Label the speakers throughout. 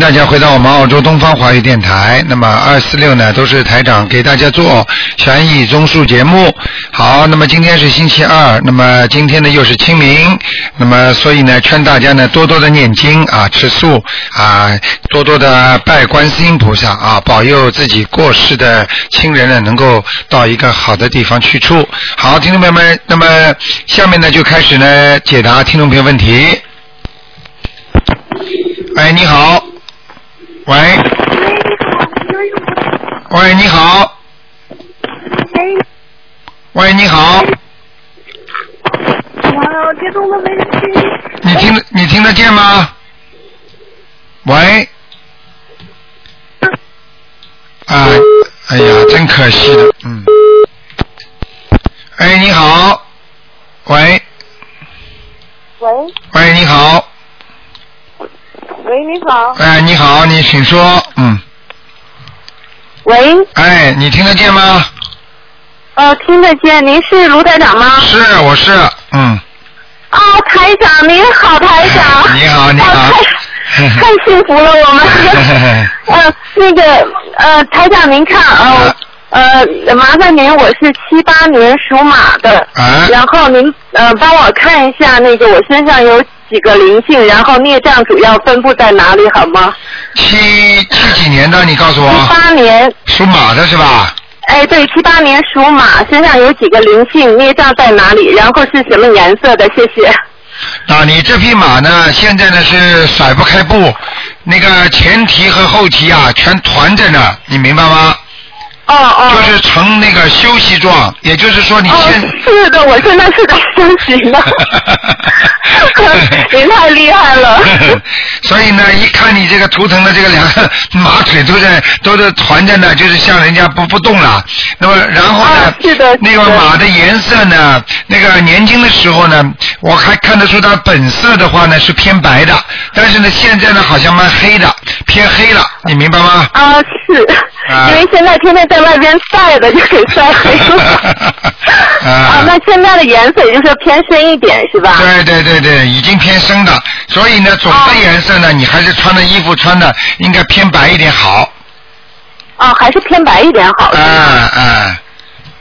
Speaker 1: 大家回到我们澳洲东方华语电台。那么二四六呢，都是台长给大家做悬疑综述节目。好，那么今天是星期二，那么今天呢又是清明，那么所以呢，劝大家呢多多的念经啊，吃素啊，多多的拜观世音菩萨啊，保佑自己过世的亲人呢能够到一个好的地方去处。好，听众朋友们，那么下面呢就开始呢解答听众朋友问题。哎，你好，喂，喂，你好，喂，你好，
Speaker 2: 哇，我接通了没人听。
Speaker 1: 你听得你听得见吗？喂，啊，哎呀，真可惜了，嗯，哎，你好，喂，
Speaker 2: 喂
Speaker 1: 喂，你好，
Speaker 2: 喂，你好。
Speaker 1: 哎，你好，你请说，嗯，
Speaker 2: 喂，
Speaker 1: 哎，你听得见吗？
Speaker 2: 呃，听得见，您是卢台长吗？
Speaker 1: 是，我是，嗯，
Speaker 2: 啊，台长，您好，台 长。
Speaker 1: 你好你好
Speaker 2: 啊 太太幸福了，我们。 呃，那个，呃，台长您看啊，呃，麻烦您，我是七八年属马的，
Speaker 1: 啊，
Speaker 2: 然后您呃帮我看一下那个我身上有几个灵性，然后孽障主要分布在哪里，好吗？
Speaker 1: 七七几年的？你告诉
Speaker 2: 七
Speaker 1: 我，
Speaker 2: 八年
Speaker 1: 属马的是吧？
Speaker 2: 哎，对，七八年属马，身上有几个灵性，孽障在哪里？然后是什么颜色的？谢谢。
Speaker 1: 啊，你这匹马呢，现在呢是甩不开步，那个前蹄和后蹄啊全团着呢，你明白吗？
Speaker 2: 哦哦。
Speaker 1: 就是呈那个休息状，也就是说你
Speaker 2: 哦
Speaker 1: 现，
Speaker 2: 是的，我现在是在休息 呢。您太厉 害了。
Speaker 1: 所以呢，一看你这个图腾的这个两个马腿都在都在团着呢，就是像人家不不动了。那么然后呢，
Speaker 2: 啊是的是的
Speaker 1: 那个马的颜色呢，那个年轻的时候呢，我还看得出它本色的话呢是偏白的，但是呢现在呢好像蛮黑的，偏黑了，你明白吗？
Speaker 2: 啊，是，
Speaker 1: 啊
Speaker 2: 因为现在天天在外边晒的，就给晒黑了
Speaker 1: 。啊
Speaker 2: 啊，那现在的颜色也就是说偏深一点，是吧？
Speaker 1: 对对对对，已经偏深的，所以呢，总的颜色呢，你还是穿的衣服穿的应该偏白一点好，
Speaker 2: 啊，还是偏白一点好。
Speaker 1: 啊啊，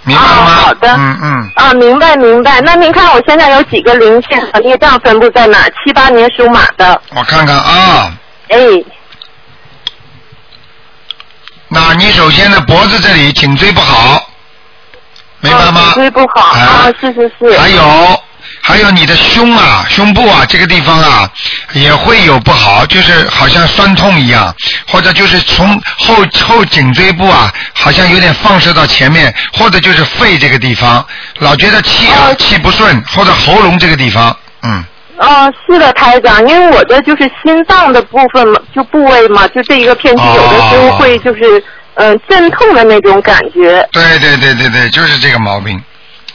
Speaker 1: 明白吗？
Speaker 2: 哦好的
Speaker 1: 嗯嗯，
Speaker 2: 啊，明白明白。那您看我现在有几个零线和孽障分布在哪？七八年属马的，
Speaker 1: 我看看啊，
Speaker 2: 哎，
Speaker 1: 那你首先呢，脖子这里颈椎不好，明白吗哎
Speaker 2: 啊颈？椎不好
Speaker 1: 啊
Speaker 2: 啊，是是是。
Speaker 1: 还有还有你的胸啊、胸部啊这个地方啊，也会有不好，就是好像酸痛一样，或者就是从后后颈椎部啊，好像有点放射到前面，或者就是肺这个地方，老觉得气啊、
Speaker 2: 哦
Speaker 1: 气不顺，或者喉咙这个地方，嗯，
Speaker 2: 啊，是的，台长，因为我的就是心脏的部分嘛，就部位嘛，就这一个片区，
Speaker 1: 哦
Speaker 2: 有的时候会就是嗯、呃阵痛的那种感觉。
Speaker 1: 对对对对对，就是这个毛病，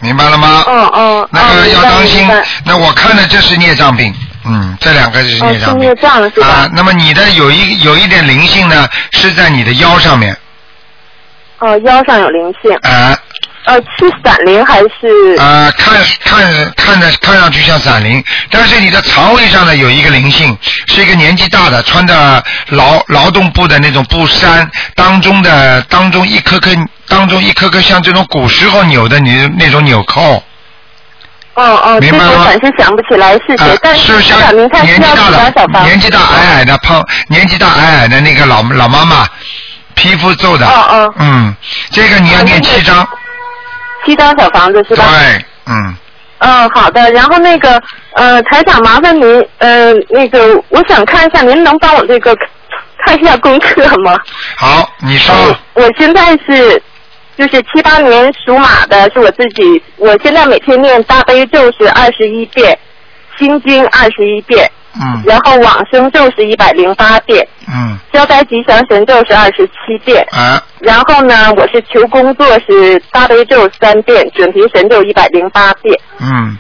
Speaker 1: 明白了吗？
Speaker 2: 嗯嗯。
Speaker 1: 哦那
Speaker 2: 嗯
Speaker 1: 个
Speaker 2: 明
Speaker 1: 要
Speaker 2: 白
Speaker 1: 当心
Speaker 2: 明白，
Speaker 1: 那我看的这是孽障病，嗯，这两个是
Speaker 2: 哦
Speaker 1: 孽障
Speaker 2: 是
Speaker 1: 病
Speaker 2: 孽。障了是
Speaker 1: 啊
Speaker 2: 吧？，
Speaker 1: 那么你的有一有一点灵性呢，是在你的腰上面，
Speaker 2: 哦、腰上有灵性，
Speaker 1: 啊
Speaker 2: 呃，是闪灵还是？
Speaker 1: 啊，看看看着看上去像闪灵，但是你的肠胃上呢有一个灵性，是一个年纪大的穿着劳劳动部的那种布衫，当中的当中一颗颗当中一颗颗像这种古时候扭的你那种纽扣，
Speaker 2: 哦哦，
Speaker 1: 明
Speaker 2: 这
Speaker 1: 白
Speaker 2: 个
Speaker 1: 吗
Speaker 2: 暂时想不起来是谁，
Speaker 1: 啊，
Speaker 2: 但
Speaker 1: 是
Speaker 2: 台
Speaker 1: 像
Speaker 2: 长您看
Speaker 1: 年
Speaker 2: 需
Speaker 1: 纪
Speaker 2: 要
Speaker 1: 大
Speaker 2: 几张小
Speaker 1: 的
Speaker 2: 房子？
Speaker 1: 年纪大矮矮的胖年纪大矮矮的那个老老妈妈，皮肤皱的，
Speaker 2: 哦哦
Speaker 1: 嗯，这个你要
Speaker 2: 哦
Speaker 1: 念
Speaker 2: 那
Speaker 1: 七
Speaker 2: 个
Speaker 1: 章，
Speaker 2: 七张小房子是吧？
Speaker 1: 对，嗯。
Speaker 2: 嗯，好的。然后那个，呃，台长，麻烦您，呃，那个，我想看一下，您能帮我这个看一下功课吗？
Speaker 1: 好，你说，
Speaker 2: 嗯我现在是，就是七八年属马的，是我自己。我现在每天念大悲咒是二十一遍，心经二十一遍，
Speaker 1: 嗯
Speaker 2: 然后往生咒是一百零八遍，
Speaker 1: 嗯，
Speaker 2: 消灾吉祥神咒是二十七遍。
Speaker 1: 啊，
Speaker 2: 然后呢，我是求工作是大悲咒三遍，准提神咒一百零八遍。
Speaker 1: 嗯，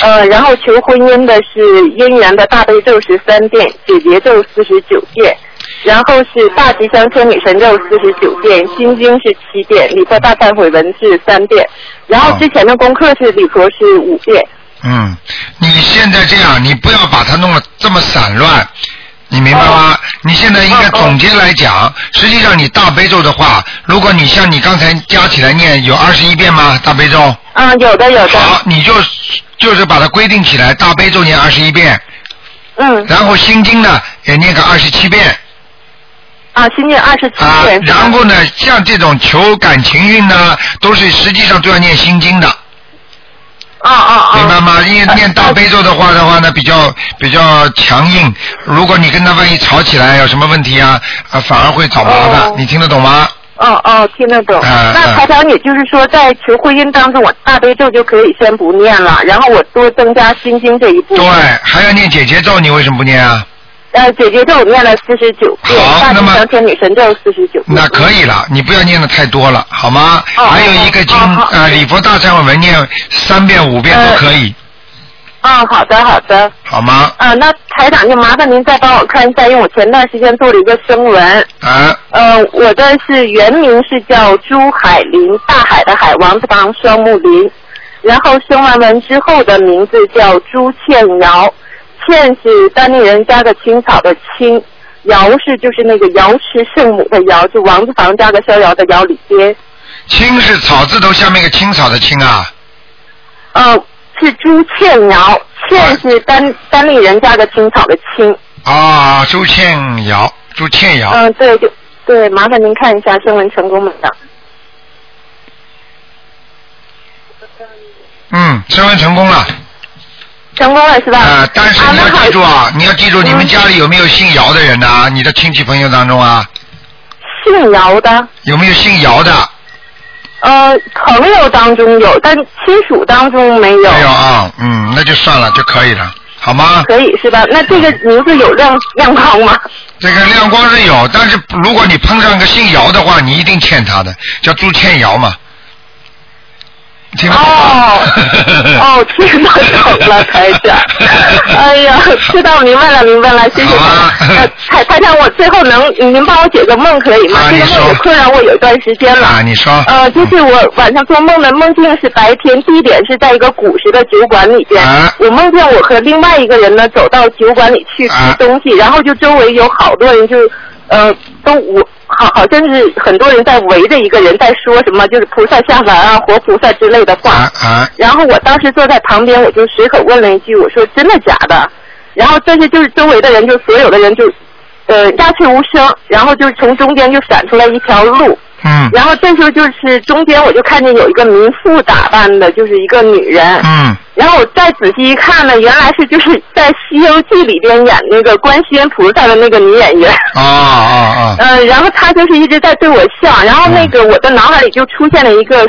Speaker 2: 呃，然后求婚姻的是姻缘的大悲咒十三遍，解结咒四十九遍，然后是大吉祥天女神咒四十九遍，心经是七遍，礼佛大忏悔文是三遍，然后之前的功课是礼佛是五遍。
Speaker 1: 嗯，你现在这样，你不要把它弄得这么散乱。你明白吗？你现在应该总结来讲，实际上你大悲咒的话，如果你像你刚才加起来念有二十一遍吗？大悲咒，
Speaker 2: 嗯，有的有的，
Speaker 1: 好，你就就是把它规定起来，大悲咒念二十一遍，
Speaker 2: 嗯
Speaker 1: 然后心经呢也念个二十七遍
Speaker 2: 啊，心经二十七
Speaker 1: 啊
Speaker 2: 遍，，
Speaker 1: 然后呢，像这种求感情运呢，都是实际上都要念心经的。
Speaker 2: 啊啊啊，
Speaker 1: 明白吗？因为念大悲咒的话的话呢，比较比较强硬。如果你跟他万一吵起来，有什么问题啊，啊，反而会找麻烦
Speaker 2: 哦。
Speaker 1: 你听得懂吗？
Speaker 2: 哦哦，听得懂。
Speaker 1: 啊
Speaker 2: 那
Speaker 1: 啊
Speaker 2: 台长，也就是说，在求婚姻当中，我大悲咒就可以先不念了，然后我多增加心经这一步。
Speaker 1: 对，还要念姐姐咒，你为什么不念啊？
Speaker 2: 呃，姐姐咒我念了四十九遍，
Speaker 1: 好
Speaker 2: 大
Speaker 1: 那
Speaker 2: 吉
Speaker 1: 么
Speaker 2: 祥天女神咒四十九遍。
Speaker 1: 那可以了，你不要念的太多了，好吗？
Speaker 2: 哦
Speaker 1: 还有一个经
Speaker 2: 哦好呃
Speaker 1: 呃礼佛大忏悔文念三遍五遍都可以，
Speaker 2: 啊、好的好的。
Speaker 1: 好吗？
Speaker 2: 啊、那台长就麻烦您再帮我看一下，因为我前段时间做了一个声纹，
Speaker 1: 啊，
Speaker 2: 呃，我的是原名是叫朱海林，大海的海，王字旁双木林，然后声完文之后的名字叫朱倩瑶，倩是单立人加个青草的青，瑶是就是那个瑶池圣母的瑶，就王字旁加个逍遥的遥里边，
Speaker 1: 青是草字头下面一个青草的青啊，
Speaker 2: 呃，是朱倩瑶，倩是单单立人加个青草的青，
Speaker 1: 啊，朱倩瑶，朱倩瑶，
Speaker 2: 嗯、对，就对，麻烦您看一下声纹成功没有？
Speaker 1: 嗯，升温成功了。
Speaker 2: 成功了是吧？
Speaker 1: 啊，但是你
Speaker 2: 那
Speaker 1: 要
Speaker 2: 好
Speaker 1: 记住啊，你要记住，
Speaker 2: 嗯
Speaker 1: 你们家里有没有姓姚的人呐、你的亲戚朋友当中啊，
Speaker 2: 姓姚的，
Speaker 1: 有没有姓姚的？
Speaker 2: 呃，朋友当中有，但亲属当中没有。
Speaker 1: 没有啊，嗯，那就算了，就可以了，好吗？
Speaker 2: 可以是吧？那这个名字有亮亮光吗？
Speaker 1: 这个亮光是有，但是如果你碰上个姓姚的话，你一定欠他的，叫朱欠姚嘛。听 得懂吗？
Speaker 2: 哦， 哦，听得懂了，台长。哎呀，知道明白了，明白了，谢谢。
Speaker 1: 好啊
Speaker 2: 呃台台长，我最后能您帮我解个梦可以吗？
Speaker 1: 啊
Speaker 2: 这个
Speaker 1: 你说
Speaker 2: 梦也困扰我有一段时间了。
Speaker 1: 啊，你说。
Speaker 2: 呃，就是我晚上做梦呢，梦境是白天，地点是在一个古时的酒馆里边。
Speaker 1: 啊
Speaker 2: 我梦见我和另外一个人呢走到酒馆里去吃
Speaker 1: 啊
Speaker 2: 东西，然后就周围有好多人就，呃，都我好好像是很多人在围着一个人在说什么，就是菩萨下凡啊，活菩萨之类的话。
Speaker 1: 啊啊
Speaker 2: 然后我当时坐在旁边，我就随口问了一句，我说真的假的？然后这些就是周围的人，就所有的人就，呃，鸦雀无声，然后就是从中间就闪出来一条路。
Speaker 1: 嗯
Speaker 2: 然后这时候就是中间我就看见有一个民妇打扮的，就是一个女人。
Speaker 1: 嗯
Speaker 2: 然后我再仔细一看呢，原来是就是在《西游记》里边演那个观世音菩萨的那个女演员。
Speaker 1: 啊啊啊
Speaker 2: 呃，然后她就是一直在对我笑，然后那个我的脑海里就出现了一个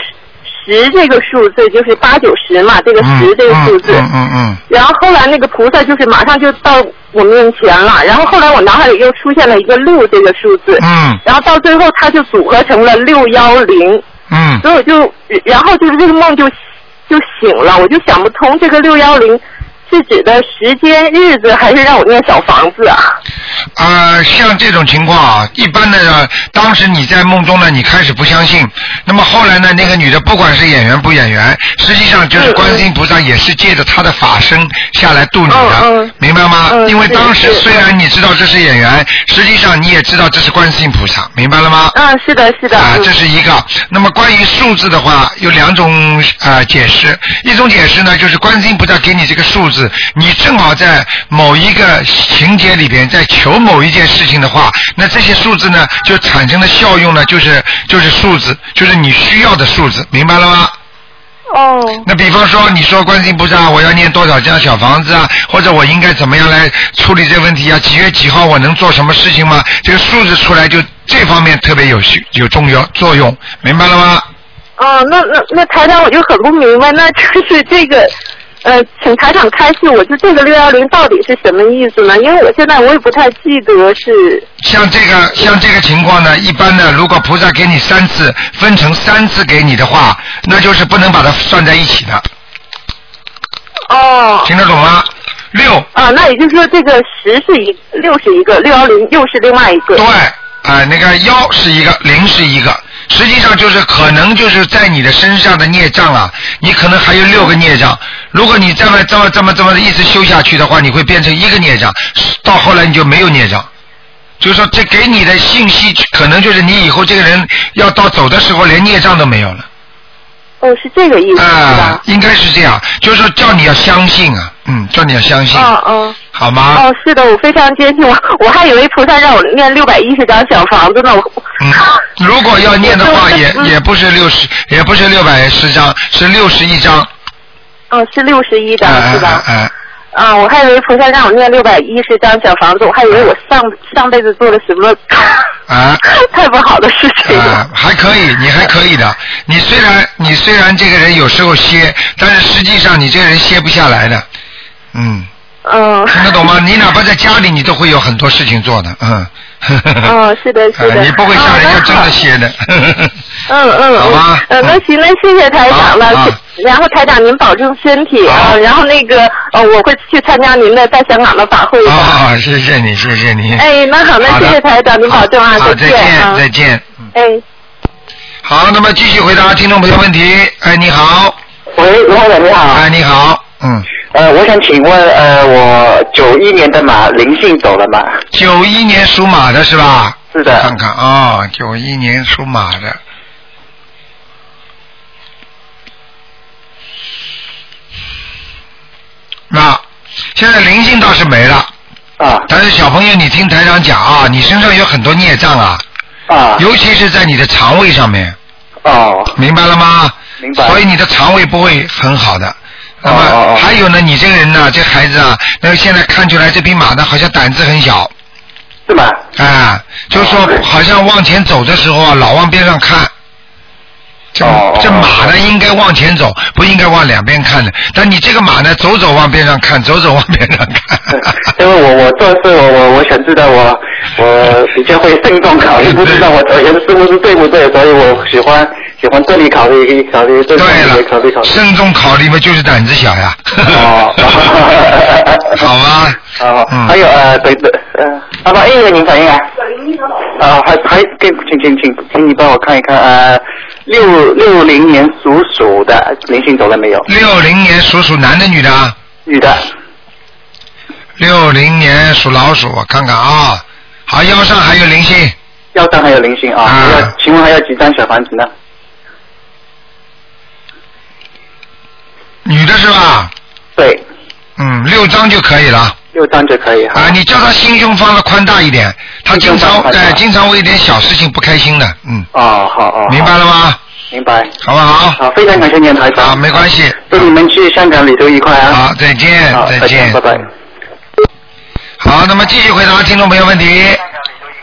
Speaker 2: 十十这个数字，就是八九十嘛，这个
Speaker 1: 嗯
Speaker 2: 十这个数字。
Speaker 1: 嗯嗯嗯
Speaker 2: 然后后来那个菩萨就是马上就到我面前了，然后后来我脑海里又出现了一个六这个数字，
Speaker 1: 嗯
Speaker 2: 然后到最后它就组合成了六幺零。
Speaker 1: 嗯嗯
Speaker 2: 所以我就，然后就是这个梦就就醒了，我就想不通这个六幺零是指的时间、日子，还是让我念小房子啊？
Speaker 1: 啊，像这种情况啊，一般的呢，当时你在梦中呢，你开始不相信，那么后来呢，那个女的不管是演员不演员，实际上就是
Speaker 2: 嗯嗯
Speaker 1: 观世音菩萨也是借着她的法身下来度你的，
Speaker 2: 嗯嗯
Speaker 1: 明白吗？
Speaker 2: 嗯
Speaker 1: 因为当时
Speaker 2: 是是
Speaker 1: 虽然你知道这是演员，实际上你也知道这是观世音菩萨，明白了吗？
Speaker 2: 嗯，是的，是的，
Speaker 1: 啊，
Speaker 2: 嗯
Speaker 1: 这是一个。那么关于数字的话，有两种啊、呃解释。一种解释呢，就是观世音菩萨给你这个数字，你正好在某一个情节里边在求某一件事情的话，那这些数字呢就产生的效用呢，就是就是数字，就是你需要的数字，明白了吗？
Speaker 2: 哦，
Speaker 1: 那比方说，你说观世音菩萨，我要念多少张小房子啊？或者我应该怎么样来处理这问题啊？几月几号我能做什么事情吗？这个数字出来就这方面特别有需有重要作用，明白了吗？
Speaker 2: 哦，那那那台长我就很不明白，那就是这个。呃，请台长开示，我就这个六幺零到底是什么意思呢？因为我现在我也不太记得是，
Speaker 1: 像这个像这个情况呢，一般呢，如果菩萨给你三次，分成三次给你的话，那就是不能把它算在一起的，
Speaker 2: 哦，
Speaker 1: 听得懂吗？六
Speaker 2: 啊，那也就是说这个十是一，六是一个，六幺零又是另外一个，
Speaker 1: 对，啊、那个幺是一个，零是一个，实际上就是可能就是在你的身上的孽障啊，你可能还有六个孽障。如果你这么这么这么这么一直修下去的话，你会变成一个孽障，到后来你就没有孽障。就是说，这给你的信息，可能就是你以后这个人要到走的时候，连孽障都没有了。
Speaker 3: 哦，是这个意思、是
Speaker 1: 啊
Speaker 3: 吧、？
Speaker 1: 应该是这样，就是说叫你要相信啊，嗯，叫你要相信，
Speaker 3: 哦哦
Speaker 1: 好吗？
Speaker 3: 哦，是的，我非常坚信，我我还以为菩萨让我念六百一十张小房子呢，我
Speaker 1: 嗯，如果要念的话，
Speaker 3: 嗯
Speaker 1: 也
Speaker 3: 嗯
Speaker 1: 也不是六十，也不是六百十张，是六十一张，
Speaker 3: 哦是六十一张
Speaker 1: 哎
Speaker 3: 是吧？
Speaker 1: 哎哎，
Speaker 3: 啊，我还以为菩萨让我念六百一十张小房子，我还以为我上
Speaker 1: 嗯
Speaker 3: 上辈子做了什 么
Speaker 1: 啊
Speaker 3: 太不好的事情了。
Speaker 1: 啊，还可以，你还可以的。你虽然你虽然这个人有时候歇，但是实际上你这个人歇不下来的，嗯，
Speaker 3: 嗯。
Speaker 1: 听得懂 吗？你哪怕在家里，你都会有很多事情做的，嗯。
Speaker 3: 嗯是 的是的
Speaker 1: 哎你不会像人家
Speaker 3: 哦
Speaker 1: 真的歇的。
Speaker 3: 嗯嗯，
Speaker 1: 好吧
Speaker 3: 嗯，那行，那谢谢台长
Speaker 1: 好
Speaker 3: 了
Speaker 1: 好。
Speaker 3: 然后台长您保重身体啊，
Speaker 1: 好
Speaker 3: 然后那个呃，我会去参加您的在香港的法会 的。
Speaker 1: 啊、谢谢你，谢谢你。
Speaker 3: 哎，那好，那
Speaker 1: 好的，
Speaker 3: 谢谢台长，您保重啊，
Speaker 1: 好，
Speaker 3: 见
Speaker 1: 见，
Speaker 3: 啊。
Speaker 1: 再见。嗯
Speaker 3: 哎。
Speaker 1: 好，那么继续回答听众朋友问题。哎，你好，
Speaker 4: 喂，卢台长你好。
Speaker 1: 哎，你好，嗯，
Speaker 4: 呃，我想请问，呃，我九一年的马灵性走了吗？
Speaker 1: 九一年属马的是吧？
Speaker 4: 是的
Speaker 1: 看看啊，九、一年属马的。那现在灵性倒是没了，
Speaker 4: 啊
Speaker 1: 但是小朋友，你听台长讲啊，你身上有很多孽障啊，
Speaker 4: 啊
Speaker 1: 尤其是在你的肠胃上面，
Speaker 4: 哦，
Speaker 1: 明白了吗？
Speaker 4: 明白
Speaker 1: 所以你的肠胃不会很好的。那
Speaker 4: 哦哦
Speaker 1: 么
Speaker 4: 哦嗯
Speaker 1: 还有呢，你这个人呢，这孩子啊，那现在看出来这匹马呢，好像胆子很小
Speaker 4: 是吗？
Speaker 1: 啊，就是说
Speaker 4: 哦
Speaker 1: 好像往前走的时候啊，老往边上看。这
Speaker 4: 哦哦
Speaker 1: 这马呢，应该往前走，不应该往两边看的。但你这个马呢，走走往边上看，走走往边上 看。
Speaker 4: 因为我我做事我我我想知道我我比较会慎重考虑，不知道我走人是不是对不对，所以我喜欢喜欢这里考虑考虑这
Speaker 1: 对
Speaker 4: 里考虑考虑考
Speaker 1: 了，
Speaker 4: 虑。
Speaker 1: 慎重考虑嘛，就是胆子小呀。
Speaker 4: 哦
Speaker 1: 好吧。
Speaker 4: 哦，
Speaker 1: 嗯
Speaker 4: 还有呃，对对，呃，老板，哎，您反应啊？啊，还还给，请请请，请你帮我看一看，呃，六六零年属鼠的，灵性走了没有？
Speaker 1: 六零年属鼠，男的女的啊？
Speaker 4: 女的，
Speaker 1: 六零年属老鼠，我看看啊，好，腰上还有灵性，
Speaker 4: 腰上还有灵性啊？
Speaker 1: 啊
Speaker 4: 要请问还有几张小房子呢？
Speaker 1: 女的是吧？
Speaker 4: 对，
Speaker 1: 嗯，六张就可以了
Speaker 4: 六张就可以哈。
Speaker 1: 啊。你叫她心胸放的宽大一点，她经
Speaker 4: 心胸
Speaker 1: 常
Speaker 4: 放得宽大
Speaker 1: 呃经常为一点小事情不开心的，嗯，
Speaker 4: 哦，好哦，好
Speaker 1: 明白了吗？
Speaker 4: 明白。
Speaker 1: 好不好？
Speaker 4: 好，非常感谢您，台
Speaker 1: 好，
Speaker 4: 长。
Speaker 1: 没关系。
Speaker 4: 祝你们去香港旅途愉快啊！
Speaker 1: 好，再见，
Speaker 4: 好，
Speaker 1: 再见
Speaker 4: 拜，拜。
Speaker 1: 好，那么继续回答听众朋友问题。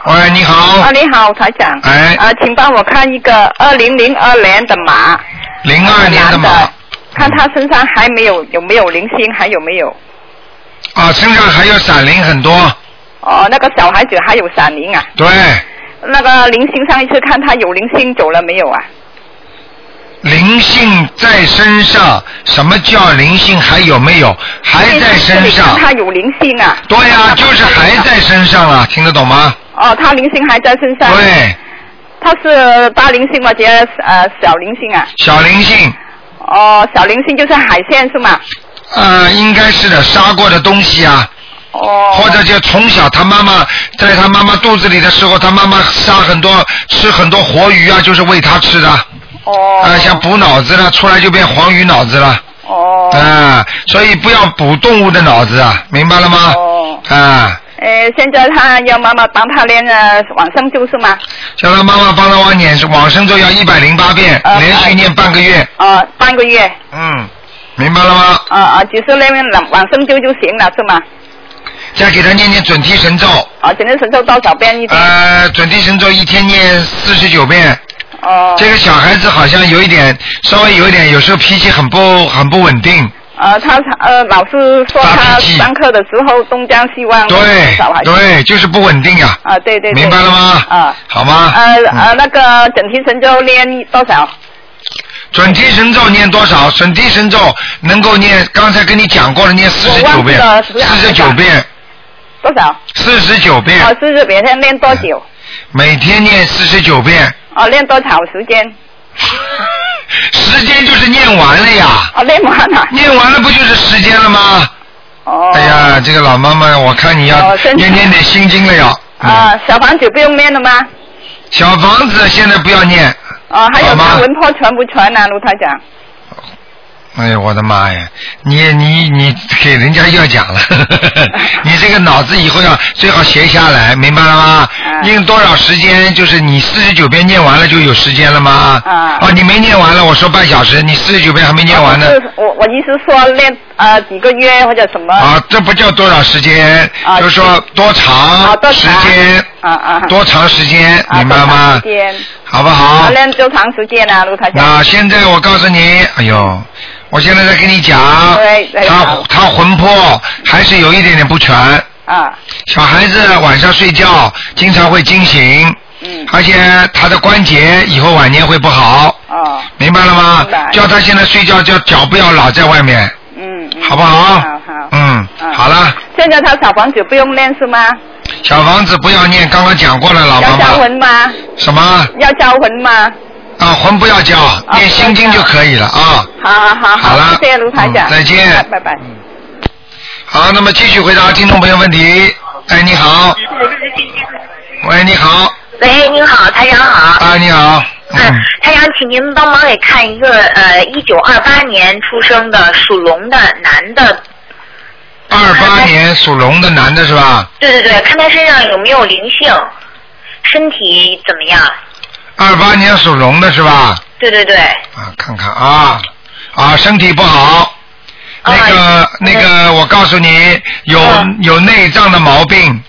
Speaker 1: 喂，你好
Speaker 2: 啊，，你好，台长。
Speaker 1: 哦哎
Speaker 2: 啊，请帮我看一个二零零二年的马，
Speaker 1: 零二年的
Speaker 2: 男
Speaker 1: 马
Speaker 2: 的，看他身上还没有有没有零星，还有没有？
Speaker 1: 啊，身上还有闪灵很多，
Speaker 2: 哦，那个小孩子还有闪灵啊，
Speaker 1: 对，
Speaker 2: 那个零星上一次看他有零星走了没有啊？
Speaker 1: 灵性在身上，什么叫灵性？还有没有？还在身上
Speaker 2: 看。他有零星啊。
Speaker 1: 对呀、就是还在身上啊，听得懂吗？
Speaker 2: 哦，他零星还在身上。。
Speaker 1: 对，
Speaker 2: 他是大零星或者呃小零星啊？
Speaker 1: 小灵性，
Speaker 2: 哦，小零星就是海鲜是吗？
Speaker 1: 呃，应该是的，杀过的东西啊，
Speaker 2: 哦。
Speaker 1: 或者就从小他妈妈在他妈妈肚子里的时候，他妈妈杀很多吃很多活鱼啊，就是喂他吃的，啊、
Speaker 2: 哦。
Speaker 1: 像补脑子了，出来就变黄鱼脑子了，
Speaker 2: 哦。
Speaker 1: 啊、所以不要补动物的脑子啊，明白了吗？
Speaker 2: 哦。
Speaker 1: 啊、
Speaker 2: 呃，现在他要妈妈帮他练呃往生咒是吗？
Speaker 1: 叫他妈妈帮他往念往生咒要一百零八遍，
Speaker 2: 呃
Speaker 1: 连续念半个月。
Speaker 2: 呃，半个月，
Speaker 1: 嗯，明白了吗？
Speaker 2: 呃呃，只是练往往生咒就行了是吗？
Speaker 1: 再给他念念准提神咒，
Speaker 2: 啊、呃，只能承受多少遍一天？
Speaker 1: 呃，准提神咒一天念四十九遍。
Speaker 2: 哦、
Speaker 1: 这个小孩子好像有一点，稍微有一点，有时候脾气很不很不稳定。
Speaker 2: 呃，他呃老师说
Speaker 1: 发
Speaker 2: 他
Speaker 1: 脾气
Speaker 2: 上课的时候东张西望，
Speaker 1: 对
Speaker 2: 啊小孩子。
Speaker 1: 对，就是不稳定呀、
Speaker 2: 啊、对对对。
Speaker 1: 明白了吗？
Speaker 2: 啊、
Speaker 1: 好吗？
Speaker 2: 呃
Speaker 1: 嗯
Speaker 2: 呃，那个整体神咒练多少？
Speaker 1: 准提神咒念多少？准提神咒能够念，刚才跟你讲过了，念四十九遍
Speaker 2: 我忘，记了
Speaker 1: 四十九遍，
Speaker 2: 多少？
Speaker 1: 四十九遍。嗯
Speaker 2: 哦，是是每天练多久？
Speaker 1: 每天念四十九遍，
Speaker 5: 哦，练多少时间？
Speaker 1: 时间就是念完了呀，
Speaker 5: 哦，练完了。
Speaker 1: 念完了不就是时间了吗？
Speaker 5: 哦。
Speaker 1: 哎。呀，这个老妈妈，我看你要
Speaker 5: 哦真的
Speaker 1: 念念点心经了要。嗯
Speaker 5: 啊，小房子不用念了吗？
Speaker 1: 小房子现在不要念。
Speaker 5: 哦，还
Speaker 1: 好
Speaker 5: 有
Speaker 1: 吗
Speaker 5: 看文破全不全啊，卢台长？
Speaker 1: 哎呦，我的妈呀！你你你给人家 要讲了，你这个脑子以后要最好写下来，明白了吗？
Speaker 5: 嗯
Speaker 1: 用多少时间？就是你四十九遍念完了就有时间了吗？
Speaker 5: 嗯
Speaker 1: 哦，你没念完了，我说半小时，你四十九遍还没念完呢。
Speaker 5: 哦不是我我意思说练呃几个月或者什么。
Speaker 1: 啊，这不叫多少时间，
Speaker 5: 啊
Speaker 1: 就是说多
Speaker 5: 啊
Speaker 1: 长
Speaker 5: 多长
Speaker 1: 时间，
Speaker 5: 啊啊。
Speaker 1: 多长时间，
Speaker 5: 啊
Speaker 1: 明白
Speaker 5: 多长
Speaker 1: 吗
Speaker 5: 时？间？
Speaker 1: 好不
Speaker 5: 啊，
Speaker 1: 好？
Speaker 5: 练多长时间啊，卢台长？
Speaker 1: 那现在我告诉你，哎呦，我现在在跟你讲
Speaker 5: 对，对
Speaker 1: 他
Speaker 5: 好
Speaker 1: 他魂魄还是有一点点不全，
Speaker 5: 啊，
Speaker 1: 小孩子晚上睡觉经常会惊醒，
Speaker 5: 嗯，
Speaker 1: 而且他的关节以后晚年会不好，
Speaker 5: 哦，
Speaker 1: 明白了吗
Speaker 5: 明？白
Speaker 1: 叫他现在睡觉叫脚不要老在外面，
Speaker 5: 嗯，嗯
Speaker 1: 好不好？
Speaker 5: 好好。
Speaker 1: 嗯，
Speaker 5: 嗯
Speaker 1: 好了，
Speaker 5: 现在他小房子不用练是吗？
Speaker 1: 小房子不要念，刚刚讲过了，老妈
Speaker 5: 要招
Speaker 1: 妈。
Speaker 5: 魂吗？
Speaker 1: 什么
Speaker 5: 要招魂吗？
Speaker 1: 啊？魂不要叫，
Speaker 5: 哦
Speaker 1: 念心经就可以了啊。
Speaker 5: 好好好，
Speaker 1: 好了
Speaker 5: 谢谢卢台长，
Speaker 1: 嗯再见嗯
Speaker 5: 拜拜。
Speaker 1: 好，那么继续回答听众朋友问题。哎，你好。喂，你好。
Speaker 6: 喂，您好，台长好。
Speaker 1: 啊，你好。
Speaker 6: 嗯
Speaker 1: 嗯，，
Speaker 6: 台长，请您帮忙给看一个呃，一九二八年出生的属龙的男的，
Speaker 1: 二八年属龙的男的是吧？
Speaker 6: 对对对，看他身上有没有灵性，身体怎么样？
Speaker 1: 二八年属龙的是吧？
Speaker 6: 对对对，
Speaker 1: 啊，看看啊啊，身体不好。
Speaker 6: 啊
Speaker 1: 那个
Speaker 6: 嗯
Speaker 1: 那个，我告诉你，有
Speaker 6: 嗯
Speaker 1: 有内脏的毛病，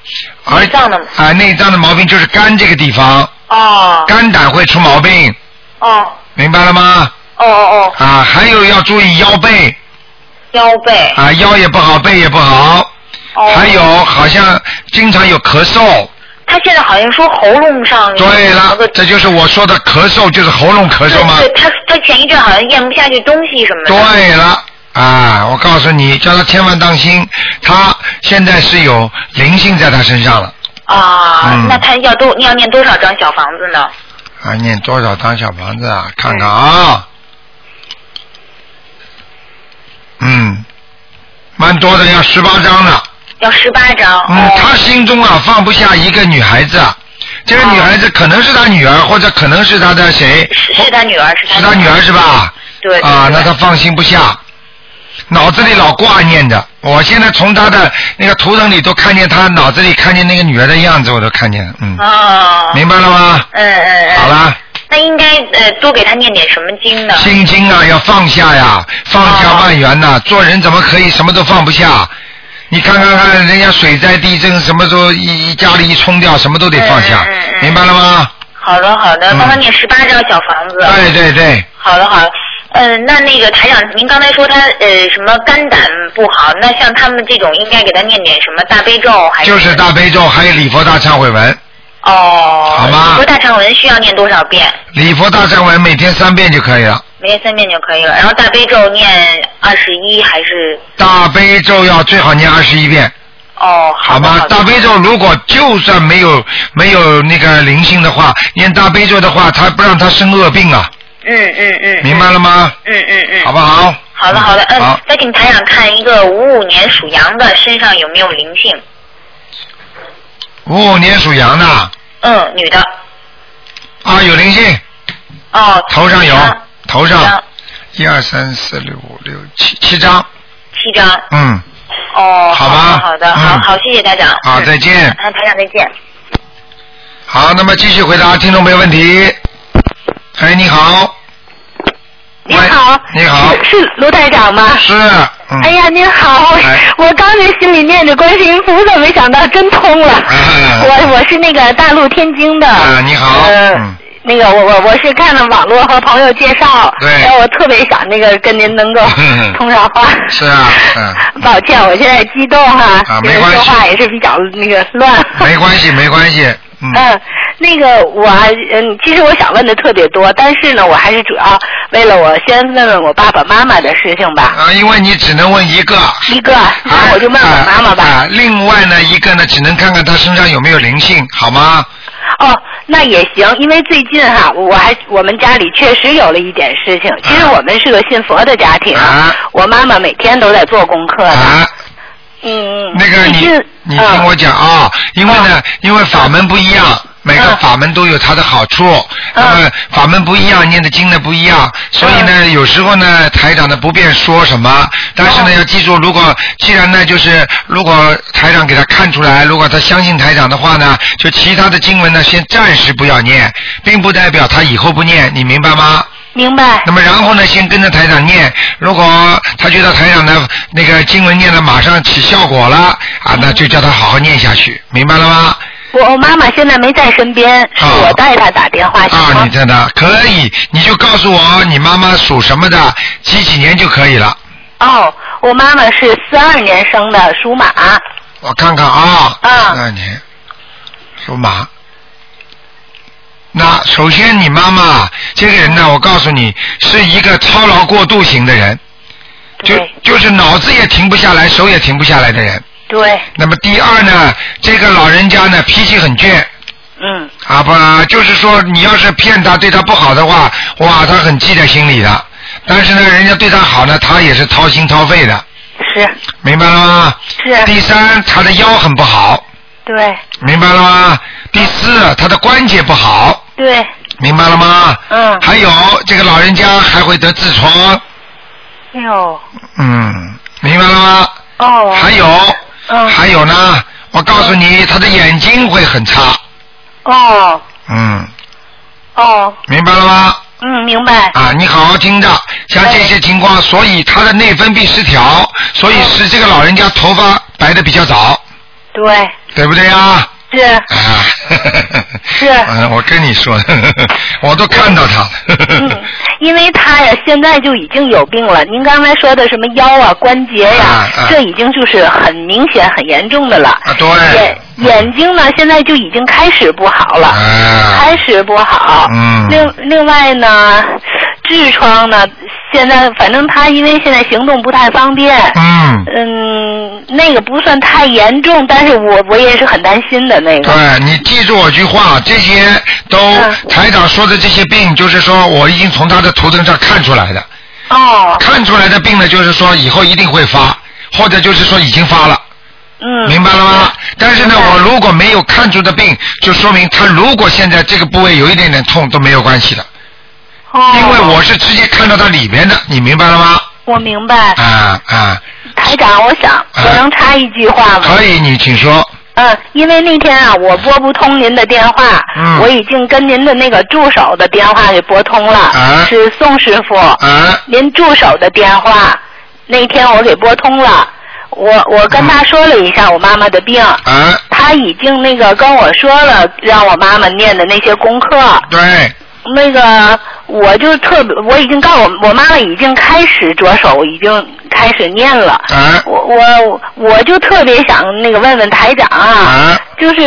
Speaker 1: 而
Speaker 6: 内脏的吗
Speaker 1: 啊，内脏的毛病就是肝这个地方，
Speaker 6: 哦
Speaker 1: 肝胆会出毛病，
Speaker 6: 哦
Speaker 1: 明白了吗？
Speaker 6: 哦哦哦，
Speaker 1: 啊，还有要注意腰背
Speaker 6: 腰背，
Speaker 1: 啊，腰也不好，背也不好，
Speaker 6: 哦，
Speaker 1: 还有好像经常有咳嗽。
Speaker 6: 他现在好像说喉咙上有
Speaker 1: 对
Speaker 6: 什么
Speaker 1: 了，
Speaker 6: 嗯个
Speaker 1: 这就是我说的咳嗽，就是喉咙咳嗽吗？
Speaker 6: 对，对他他前一阵好像咽不下去东西什么的。
Speaker 1: 对了，啊，我告诉你，叫他千万当心，他现在是有灵性在他身上了。
Speaker 6: 啊，
Speaker 1: 嗯
Speaker 6: 那他要多要念多少张小房子呢？
Speaker 1: 啊，念多少张小房子啊？看看啊，嗯，蛮多的，要十八张呢。
Speaker 6: 要十八张。
Speaker 1: 嗯
Speaker 6: 哦，
Speaker 1: 他心中啊放不下一个女孩子啊，这个女孩子可能是他女儿，或者可能是他的谁？
Speaker 6: 是是他女儿，是他
Speaker 1: 是他女儿是吧？
Speaker 6: 对对
Speaker 1: 啊，
Speaker 6: 对
Speaker 1: 那他放心不下，脑子里老挂念着。我现在从他的那个图腾里都看见他脑子里看见那个女儿的样子，我都看见了。嗯，
Speaker 6: 哦，
Speaker 1: 明白了吗？
Speaker 6: 嗯嗯嗯，
Speaker 1: 好，啦，
Speaker 6: 那应该呃多给他念点什么经呢？
Speaker 1: 心经啊要放下呀，放下
Speaker 6: 哦
Speaker 1: 万缘呐、做人怎么可以什么都放不下？你看看看，人家水灾地震，什么时候一一家里一冲掉，什么都得放下
Speaker 6: 嗯嗯嗯，嗯
Speaker 1: 明白了吗？
Speaker 6: 好的好的，
Speaker 1: 嗯
Speaker 6: 帮他念十八张小房子。
Speaker 1: 对对对，
Speaker 6: 好的好的。嗯，那那个台长，您刚才说他呃什么肝胆不好，那像他们这种应该给他念点什么大悲咒还是？
Speaker 1: 就是大悲咒，还有礼佛大忏悔文，
Speaker 6: 哦，
Speaker 1: 好吗
Speaker 6: 你说大忏悔文需要念多少遍？
Speaker 1: 礼佛大忏悔文每天三遍就可以了。
Speaker 6: 每天三遍就可以了。然后大悲咒念二十一还是？
Speaker 1: 大悲咒要最好念二十一遍，
Speaker 6: 哦，好
Speaker 1: 好
Speaker 6: 的
Speaker 1: 吗？
Speaker 6: 好的嗯
Speaker 1: 大悲咒如果就算没有没有那个灵性的话，念大悲咒的话，他不让他生恶病啊，
Speaker 6: 嗯嗯嗯，
Speaker 1: 明白了吗？
Speaker 6: 嗯嗯嗯，
Speaker 1: 好不好？
Speaker 6: 好的好的，嗯
Speaker 1: 好，，
Speaker 6: 再请台长看一个五五年属羊的身上有没有灵性？
Speaker 1: 五五年属羊的
Speaker 6: 嗯，女的。
Speaker 1: 啊，有灵
Speaker 6: 嗯
Speaker 1: 性，
Speaker 6: 哦，
Speaker 1: 头上有
Speaker 6: 七张，
Speaker 1: 头
Speaker 6: 七
Speaker 1: 上
Speaker 6: 张
Speaker 1: 一二三四六五六七七张，
Speaker 6: 七张。
Speaker 1: 嗯，
Speaker 6: 哦，
Speaker 1: 好吧
Speaker 6: 的好的，好
Speaker 1: 嗯
Speaker 6: 好，谢谢台长。
Speaker 1: 好，
Speaker 6: 嗯
Speaker 1: 再见。
Speaker 6: 嗯，台长再见。
Speaker 1: 好，那么继续回答听众朋友问题。哎，你好。
Speaker 2: 您好，
Speaker 1: 喂你好。
Speaker 2: 是是卢台长吗？
Speaker 1: 是。嗯、
Speaker 2: 哎呀，您好，
Speaker 1: 哎
Speaker 2: 我刚才心里念着观世音菩萨，没想到真通了。
Speaker 1: 哎
Speaker 2: 我我是那个大陆天津的。
Speaker 1: 啊你好
Speaker 2: 呃
Speaker 1: 嗯
Speaker 2: 那个我我我是看了网络和朋友介绍，
Speaker 1: 对嗯
Speaker 2: 然后我特别想那个跟您能够通上话。
Speaker 1: 是啊嗯
Speaker 2: 抱歉，我现在激动哈、
Speaker 1: 啊
Speaker 2: 就是
Speaker 1: 没关系
Speaker 2: 说话也是比较那个乱。
Speaker 1: 没关系，没关系。嗯。
Speaker 2: 嗯，那个我还嗯，其实我想问的特别多，但是呢，我还是主要为了我先问问我爸爸妈妈的事情吧。
Speaker 1: 啊，因为你只能问一个。啊
Speaker 2: 一个，那我就问我妈妈吧。
Speaker 1: 啊啊。另外呢，一个呢，只能看看他身上有没有灵性，好吗？
Speaker 6: 哦，那也行，因为最近哈、我还我们家里确实有了一点事情。其
Speaker 1: 嗯
Speaker 6: 实我们是个信佛的家
Speaker 2: 哎
Speaker 6: 庭，
Speaker 1: 啊
Speaker 6: 我妈妈每天都在做功课的。
Speaker 1: 啊，
Speaker 6: 嗯，
Speaker 1: 那个
Speaker 6: 最
Speaker 1: 你
Speaker 6: 近
Speaker 1: 你
Speaker 6: 嗯
Speaker 1: 听我讲啊，因为呢，因为法门不一样。每个
Speaker 6: 嗯
Speaker 1: 法门都有它的好处，那么法门不一样，念的经呢不一样，所以呢，有时候呢，台长呢不便说什么，但是呢，要记住，如果既然呢，就是如果台长给他看出来，如果他相信台长的话呢，就其他的经文呢，先暂时不要念，并不代表他以后不念，你明白吗？
Speaker 6: 明白
Speaker 1: 那么然后呢，先跟着台长念，如果他觉得台长的那个经文念的马上起效果了啊，那就叫他好好念下去，明白了吗？
Speaker 6: 我我妈妈现在没在身边，是
Speaker 1: 啊
Speaker 6: 我带她打电话行
Speaker 1: 啊，
Speaker 6: 吗
Speaker 1: 你？真的可以，你就告诉我你妈妈属什么的，几几年就可以了。
Speaker 6: 哦，我妈妈是四二年生的，属马。
Speaker 1: 我看看啊，
Speaker 6: 啊
Speaker 1: 那年属马。那首先，你妈妈这个人呢，我告诉你，是一个操劳过度型的人，就
Speaker 6: 对
Speaker 1: 就是脑子也停不下来，手也停不下来的人。
Speaker 6: 对，
Speaker 1: 那么第二呢，这个老人家呢脾气很倔
Speaker 6: 嗯，
Speaker 1: 啊，不就是说你要是骗他对他不好的话，哇，他很记在心里的。但是呢，人家对他好呢，他也是掏心掏肺的，
Speaker 6: 是
Speaker 1: 明白了吗？
Speaker 6: 是，
Speaker 1: 第三，他的腰很不好，
Speaker 6: 对
Speaker 1: 明白了吗？第四，他的关节不好，
Speaker 6: 对，
Speaker 1: 明白了吗？
Speaker 6: 嗯，
Speaker 1: 还有这个老人家还会得痔疮，
Speaker 6: 哎呦，
Speaker 1: 嗯，明白了吗？
Speaker 6: 哦，
Speaker 1: 还有，
Speaker 6: 嗯
Speaker 1: 还有呢，我告诉你，他的眼睛会很差，
Speaker 6: 哦
Speaker 1: 嗯。
Speaker 6: 哦，
Speaker 1: 明白了吗？
Speaker 6: 嗯，明白，
Speaker 1: 啊，你好好听着，像这些情
Speaker 6: 哎
Speaker 1: 况，所以他的内分泌失调，所
Speaker 6: 哦
Speaker 1: 以使这个老人家头发白的比较早，
Speaker 6: 对，
Speaker 1: 对不对啊？
Speaker 6: 是，
Speaker 1: 啊，
Speaker 6: 是
Speaker 1: 嗯，我跟你说， 我都看到他了。
Speaker 6: 嗯， 因为她呀现在就已经有病了。您刚才说的什么腰啊、关节呀、
Speaker 1: 啊啊
Speaker 6: 这已经就是很明显、很严重的了。
Speaker 1: 啊，对
Speaker 6: 眼，眼睛呢，现在就已经开始不好了。
Speaker 1: 啊，
Speaker 6: 开始不好。
Speaker 1: 嗯
Speaker 6: 另另外呢，痔疮呢，现在反正他因为现在行动不太方便。
Speaker 1: 嗯，
Speaker 6: 嗯，那个不算太严重，但是我我也是很担心的那个。
Speaker 1: 对，你记住我句话，这些都
Speaker 6: 嗯
Speaker 1: 台长说的这些病，就是说我已经从他的图腾上看出来的，
Speaker 6: 哦，
Speaker 1: 看出来的病呢，就是说以后一定会发，或者就是说已经发了。
Speaker 6: 嗯，
Speaker 1: 明白了吗？但是呢，
Speaker 6: 明白
Speaker 1: 我如果没有看出的病，就说明他如果现在这个部位有一点点痛都没有关系的，
Speaker 6: 哦，
Speaker 1: 因为我是直接看到它里面的，你明白了吗？
Speaker 6: 我明白，
Speaker 1: 啊啊，
Speaker 6: 台长，我想
Speaker 1: 嗯
Speaker 6: 我能插一句话吗？
Speaker 1: 可以，你请说。
Speaker 6: 嗯，因为那天啊，我拨不通您的电话，
Speaker 1: 嗯
Speaker 6: 我已经跟您的那个助手的电话给拨通了，
Speaker 1: 啊
Speaker 6: 是宋师傅。
Speaker 1: 啊
Speaker 6: 您助手的电话，那天我给拨通了，我我跟他说了一下我妈妈的病，
Speaker 1: 啊，
Speaker 6: 他已经那个跟我说了让我妈妈念的那些功课，
Speaker 1: 对，
Speaker 6: 那个我就特别，我已经告我我妈妈已经开始着手，已经开始念了，
Speaker 1: 啊
Speaker 6: 我我我就特别想那个问问台长啊，
Speaker 1: 啊
Speaker 6: 就是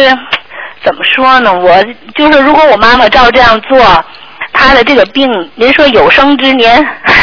Speaker 6: 怎么说呢，我就是如果我妈妈照这样做。她的这个病，您说有生之年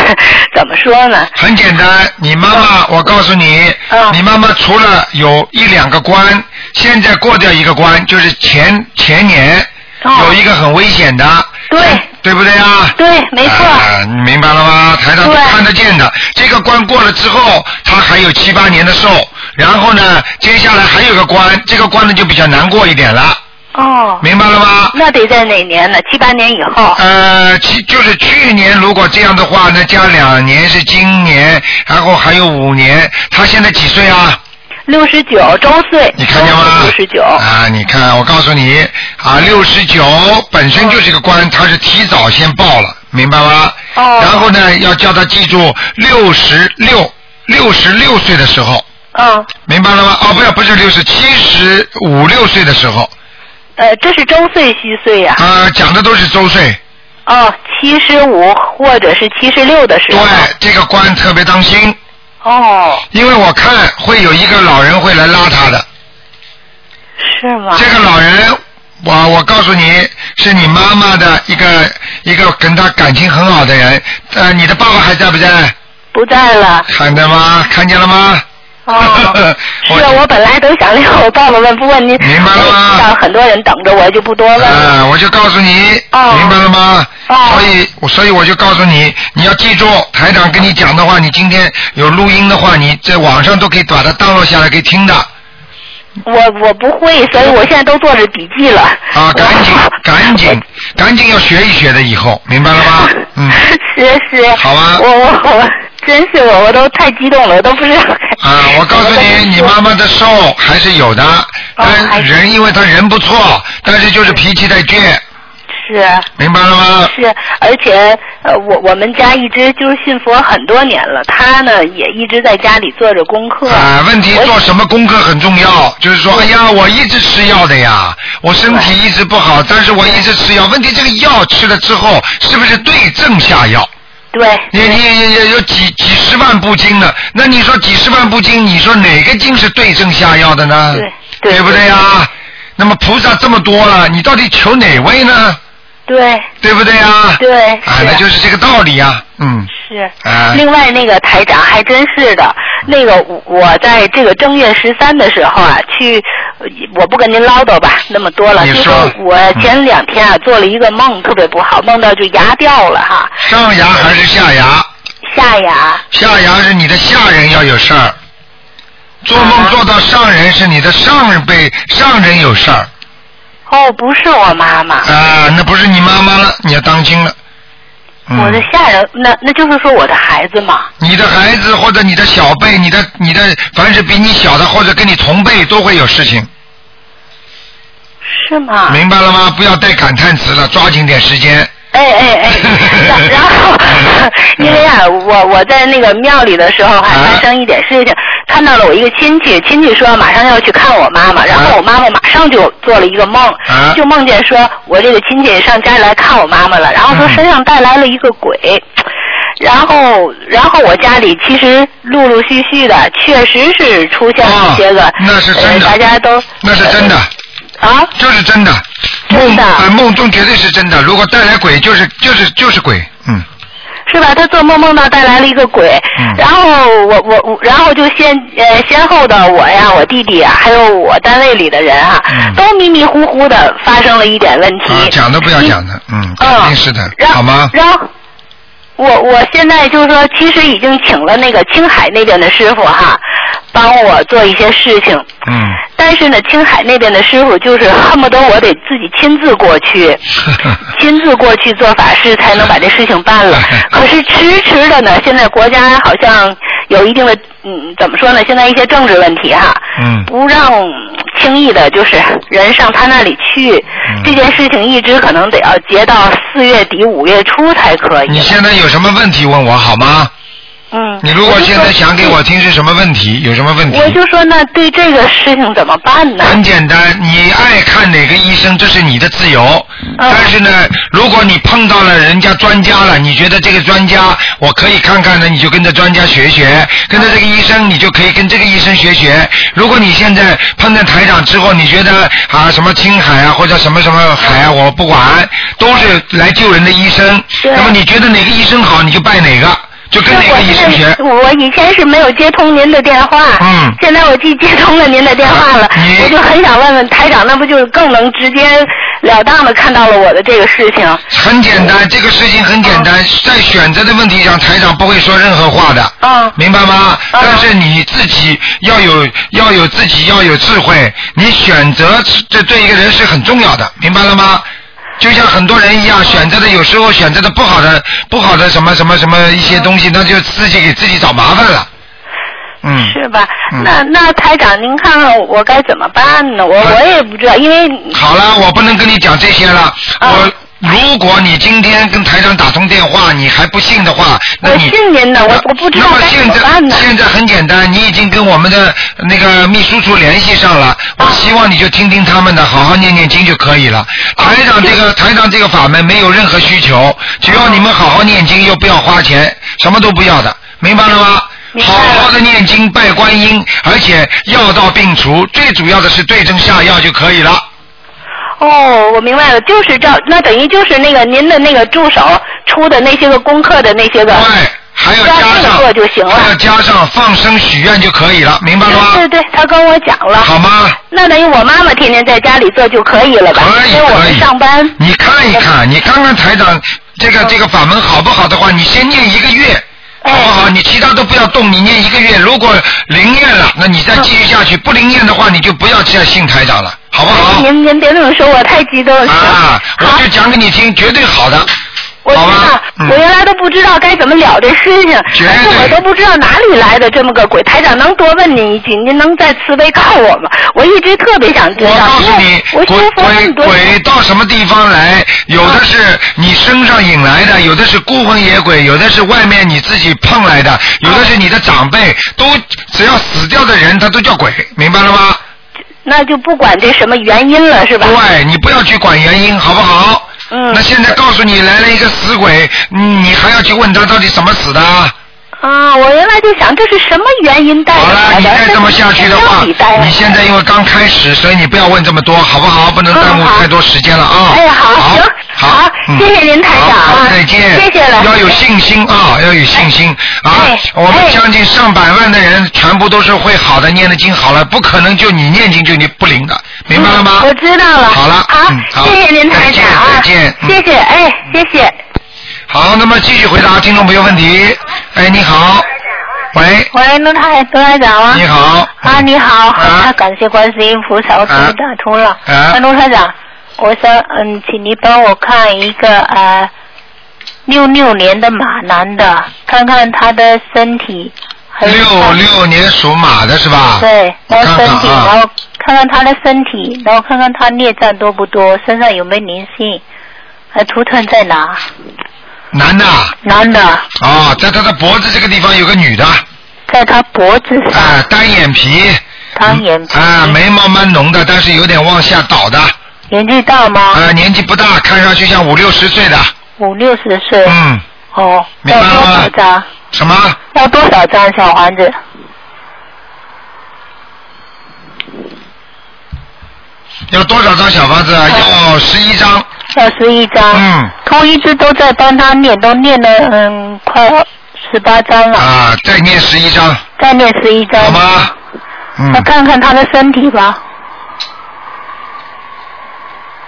Speaker 6: 怎么说呢？
Speaker 1: 很简单，你妈妈，我告诉你，
Speaker 6: 嗯
Speaker 1: 你妈妈除了有一两个关，现在过掉一个关，就是前前年
Speaker 6: 哦
Speaker 1: 有一个很危险的，
Speaker 6: 对
Speaker 1: 对不对啊？
Speaker 6: 对，没错，
Speaker 1: 啊你明白了吗？台上都
Speaker 6: 对
Speaker 1: 看得见的。这个关过了之后，他还有七八年的寿，然后呢，接下来还有个关，这个关呢就比较难过一点了，
Speaker 6: 哦，
Speaker 1: 明白了吗？
Speaker 6: 那得在哪年呢？七八年以后。
Speaker 1: 呃，其就是去年如果这样的话，那加两年是今年，然后还有五年。他现在几岁啊？
Speaker 6: 六十九周岁，
Speaker 1: 你看见吗？
Speaker 6: 六十九，
Speaker 1: 啊，你看，我告诉你啊，六十九本身就是个关，它是提早先报了，明白吗？
Speaker 6: 哦
Speaker 1: 然后呢，要叫他记住六十六六十六岁的时候，
Speaker 6: 嗯，
Speaker 1: 明白了吗？哦，不要，不是六十，七十五六岁的时候，
Speaker 6: 呃，这是周岁虚岁呀、
Speaker 1: 啊，讲的都是周岁。
Speaker 6: 哦，七十五或者是七十六的时
Speaker 1: 对
Speaker 6: 候。，
Speaker 2: 啊
Speaker 1: 这个关特别当心，
Speaker 6: 哦，
Speaker 1: 因为我看会有一个老人会来拉他的。
Speaker 6: 是
Speaker 2: 啊
Speaker 6: 吗？
Speaker 1: 这个老人，我我告诉你，是你妈妈的一个一个跟他感情很好的人。呃，你的爸爸还在不在？
Speaker 6: 不在了。
Speaker 1: 看到吗？看见了吗？
Speaker 2: 哦，是啊，我本来都想让我爸爸问，不问您，
Speaker 1: 明白了吗
Speaker 2: 我知道很多人等着我，就不多问了。
Speaker 1: 啊，我就告诉你，
Speaker 2: 哦
Speaker 1: 明白了吗？所以，我所以我就告诉你，你要记住，台长跟你讲的话，你今天有录音的话，你在网上都可以把它 download 下来给听的。
Speaker 2: 我我不会，所以我现在都做着笔记了。
Speaker 1: 啊，赶紧， 赶紧，赶紧要学一学的，以后明白了吗？嗯，
Speaker 2: 是是。
Speaker 1: 好啊
Speaker 2: 我我我，真是我我都太激动了，我都不知道该。
Speaker 1: 啊，我告诉你，你妈妈的瘦还是有的，但人因为她人不错，但是就是脾气太倔，
Speaker 2: 是
Speaker 1: 明白了吗？
Speaker 2: 是，而且呃，我我们家一直就是信佛很多年了，他呢也一直在家里做着功课。
Speaker 1: 啊，问题做什么功课很重要，就是说，哎呀，我一直吃药的呀，我身体一直不好，但是我一直吃药。问题这个药吃了之后，是不是对症下药？
Speaker 2: 对，
Speaker 1: 你你你你有几几十万部经呢？那你说几十万部经，你说哪个经是对症下药的呢？
Speaker 2: 对
Speaker 1: 对，不对呀？那么菩萨这么多了，你到底求哪位呢？
Speaker 2: 对
Speaker 1: 对不对呀？
Speaker 2: 对，
Speaker 1: 啊，
Speaker 2: 是
Speaker 1: 那就是这个道理呀，嗯，
Speaker 2: 是。
Speaker 1: 啊，
Speaker 2: 另外，那个台长还真是的，那个我我在这个正月十三的时候啊，去，呃我不跟您唠叨吧，那么多了，
Speaker 1: 你
Speaker 2: 就是
Speaker 1: 说
Speaker 2: 我前两天啊、做了一个梦，特别不好，梦到就牙掉了哈，
Speaker 1: 上牙还是下牙？
Speaker 2: 下牙，
Speaker 1: 下牙是你的下人要有事儿，做
Speaker 2: 啊
Speaker 1: 梦做到上人是你的上人被上人有事儿
Speaker 2: 哦，不是我妈妈，
Speaker 1: 啊，那不是你妈妈了，你要当心了。嗯、
Speaker 2: 我的下人，那那就是说我的孩子嘛，
Speaker 1: 你的孩子或者你的小辈，你的你的凡是比你小的或者跟你同辈都会有事情，
Speaker 2: 是吗？
Speaker 1: 明白了吗？不要带感叹词了，抓紧点时间。
Speaker 2: 哎哎哎，然 然后 因为啊，我我在那个庙里的时候
Speaker 1: 啊
Speaker 2: 还发生一点事情，看到了我一个亲戚，亲戚说马上要去看我妈妈，然后我妈妈马上就做了一个梦，
Speaker 1: 啊
Speaker 2: 就梦见说我这个亲戚上家里来看我妈妈了，然后说
Speaker 1: 嗯
Speaker 2: 身上带来了一个鬼。然后，然后我家里其实陆陆续续的，确实是出现了一些个，
Speaker 1: 哦那是真的
Speaker 2: 呃大家都
Speaker 1: 那是真的，
Speaker 2: 啊，
Speaker 1: 就是真的，
Speaker 2: 真
Speaker 1: 梦
Speaker 2: 的
Speaker 1: 呃梦中绝对是真的。如果带来鬼，就是就是就是鬼，嗯。
Speaker 2: 是吧？他做梦梦到带来了一个鬼，
Speaker 1: 嗯
Speaker 2: 然后我我我，然后就先呃先后的我呀，我弟弟啊，还有我单位里的人啊，
Speaker 1: 嗯
Speaker 2: 都迷迷糊糊的发生了一点问题。
Speaker 1: 啊，讲都不要讲的，嗯，肯定是的，
Speaker 2: 哦然
Speaker 1: 好吗？
Speaker 2: 然后我我现在就是说，其实已经请了那个青海那边的师傅哈，帮我做一些事情。
Speaker 1: 嗯，
Speaker 2: 但是呢，青海那边的师傅就是恨不得我得自己亲自过去，亲自过去做法事才能把这事情 办了。可是迟迟的呢，现在国家好像有一定的嗯，怎么说呢？现在一些政治问题哈，
Speaker 1: 嗯
Speaker 2: 不让轻易的就是人上他那里去。
Speaker 1: 嗯
Speaker 2: 这件事情一直可能得要截到四月底五月初才可以
Speaker 1: 你。现在有什么问题问我好吗？
Speaker 2: 嗯，
Speaker 1: 你如果现在想给我听是什么问题，有什么问题？
Speaker 2: 我就说那对这个事情怎么办呢？
Speaker 1: 很简单，你爱看哪个医生，这是你的自由。
Speaker 2: 嗯
Speaker 1: 但是呢，如果你碰到了人家专家了，你觉得这个专家我可以看看呢，你就跟着专家学学；跟着这个医生，你就可以跟这个医生学学。如果你现在碰见台长之后，你觉得啊什么青海啊或者什么什么海啊，我不管，都是来救人的医生。
Speaker 2: 对
Speaker 1: 那么你觉得哪个医生好，你就拜哪个，就跟
Speaker 2: 那
Speaker 1: 哪
Speaker 2: 我
Speaker 1: 个医生学
Speaker 2: 现在。我以前是没有接通您的电话，
Speaker 1: 嗯
Speaker 2: 现在我既接通了您的电话了，
Speaker 1: 啊你
Speaker 2: 我就很想问问台长，那不就是更能直截了当的看到了我的这个事情？
Speaker 1: 很简单，这个事情很简单，在选择的问题上，台长不会说任何话的。
Speaker 2: 嗯
Speaker 1: 明白吗？
Speaker 2: 嗯
Speaker 1: 但是你自己要有要有自己要有智慧，你选择这对一个人是很重要的，明白了吗？就像很多人一
Speaker 2: 嗯
Speaker 1: 样，选择的有时候选择的不好的不好的什么什么什么一
Speaker 2: 嗯
Speaker 1: 些东西，那就自己给自己找麻烦了。嗯，
Speaker 2: 是吧？
Speaker 1: 嗯
Speaker 2: 那那台长，您看看我该怎么办呢？我
Speaker 1: 嗯
Speaker 2: 我也不知道，因为
Speaker 1: 好了，我不能跟你讲这些了。
Speaker 2: 嗯
Speaker 1: 我如果你今天跟台长打通电话，你还不信的话，那
Speaker 2: 我
Speaker 1: 你
Speaker 2: 呃信您的，我我不知道
Speaker 1: 那么
Speaker 2: 该怎
Speaker 1: 现
Speaker 2: 么办呢
Speaker 1: 在。现在很简单，你已经跟我们的那个秘书处联系上了，
Speaker 2: 哦
Speaker 1: 我希望你就听听他们的，好好念念经就可以了。台长这个台长这个法门没有任何需求，只要你们好好念经，又不要花钱，什么都不要的，明白了吗？
Speaker 2: 明白
Speaker 1: 好
Speaker 2: 了
Speaker 1: 好的念经拜观音，而且药到病除，最主要的是对症下药就可以了。
Speaker 2: 哦，我明白了，就是照那等于就是那个您的那个助手出的那些个功课的那些个
Speaker 1: 对，还还要
Speaker 6: 只要
Speaker 1: 加
Speaker 6: 这
Speaker 1: 上
Speaker 6: 一个就行了。
Speaker 1: 还要加上放生许愿就可以了，明白了吗？
Speaker 6: 对对对，他跟我讲了。
Speaker 1: 好吗？
Speaker 6: 那等于我妈妈天天在家里做就可以了吧？
Speaker 1: 可以
Speaker 6: 因为我
Speaker 1: 可
Speaker 6: 们
Speaker 1: 以
Speaker 6: 上班。哦
Speaker 1: 你看一看，你看看台长这个这个法门好不好的话，你先念一个月。
Speaker 6: 哎
Speaker 1: 好不好？你其他都不要动，你念一个月。如果灵验了，那你再继续下去；不灵验的话，你就不要再信台长了，好不好？
Speaker 6: 嗯哎您您别这么说，我太激动了。
Speaker 1: 啊，我就讲给你听，绝对好嗯的。
Speaker 6: 我知道，我原来都不知道该怎么了这事情，
Speaker 1: 绝
Speaker 6: 而且我都不知道哪里来的这么个鬼。台长能多问您一句，您能再慈悲告我吗？我一直特别想知道。
Speaker 1: 我告诉你，
Speaker 6: 因为我
Speaker 1: 鬼
Speaker 6: 修佛
Speaker 1: 鬼
Speaker 6: 很多啊
Speaker 1: 鬼到什么地方来？有的是你身上引来的，有的是孤魂野鬼，有的是外面你自己碰来的，有的是你的长辈，都只要死掉的人，他都叫鬼，明白了吗？
Speaker 6: 那就不管这什么原因了，是吧？
Speaker 1: 对，你不要去管原因，好不好？
Speaker 6: 嗯。
Speaker 1: 那现在告诉你来了一个死鬼，嗯你还要去问他到底怎么死的啊？
Speaker 6: 啊，我原来就想这是什么原因带来的？
Speaker 1: 你再这么下去的话，你现在因为刚开始，所以你不要问这么多，好不好？不能耽误太多时间了啊。
Speaker 6: 嗯哎呀好
Speaker 1: 好
Speaker 6: 行，
Speaker 1: 好，嗯
Speaker 6: 谢谢您台长啊
Speaker 1: 好再见，
Speaker 6: 谢谢了哎
Speaker 1: 要有信心啊，要有信心啊！我们相信上百万的人全部都是会好的，念的经好了，不可能就你念经就你不灵的，明白了吗？
Speaker 6: 嗯我知道了。
Speaker 1: 啊好了，
Speaker 6: 好
Speaker 1: 嗯，好，
Speaker 6: 谢谢您台长啊，
Speaker 1: 再见，再见。嗯
Speaker 6: 谢谢，哎，谢谢。
Speaker 1: 好，那么继续回答听众朋友问题。哎，你好，喂，
Speaker 7: 喂，卢台卢台长啊！
Speaker 1: 你好，
Speaker 7: 啊，你好，啊，感谢观世音菩萨，我终于打通了。
Speaker 1: 啊
Speaker 7: 卢台长，我想嗯，请你帮我看一个呃，六六年的马男的，看看他的身体，还有
Speaker 1: 六六年属马的是吧？
Speaker 7: 对，
Speaker 1: 我
Speaker 7: 然
Speaker 1: 啊看
Speaker 7: 后
Speaker 1: 看
Speaker 7: 身体，
Speaker 1: 啊
Speaker 7: 然后看看他的身体，然后看看他孽障多不多，身上有没有灵性，还图腾在哪？
Speaker 1: 男的啊，
Speaker 7: 男的，
Speaker 1: 哦，在他的脖子这个地方有个女的，啊、
Speaker 7: 在他脖子上，
Speaker 1: 单眼皮，
Speaker 7: 他眼
Speaker 1: 啊、眉毛蛮浓的，但是有点往下倒的，啊、啊
Speaker 7: 年纪大吗？
Speaker 1: 年纪不大，看上去像五六十岁的，
Speaker 7: 五六十岁。
Speaker 1: 嗯，
Speaker 7: 哦，
Speaker 1: 明白
Speaker 7: 要
Speaker 1: 了
Speaker 7: 多
Speaker 1: 吗
Speaker 7: 少张？
Speaker 1: 什么？
Speaker 7: 要多少张小房子？
Speaker 1: 要多少张小房子？啊
Speaker 7: 嗯
Speaker 1: 要十一张，
Speaker 7: 要十一张。
Speaker 1: 嗯，
Speaker 7: 同一直都在帮他念，都念了嗯快十八张了，
Speaker 1: 啊、再念十一张，
Speaker 7: 再念十一张。
Speaker 1: 好吗？
Speaker 7: 那
Speaker 1: 嗯，
Speaker 7: 看看他的身体吧，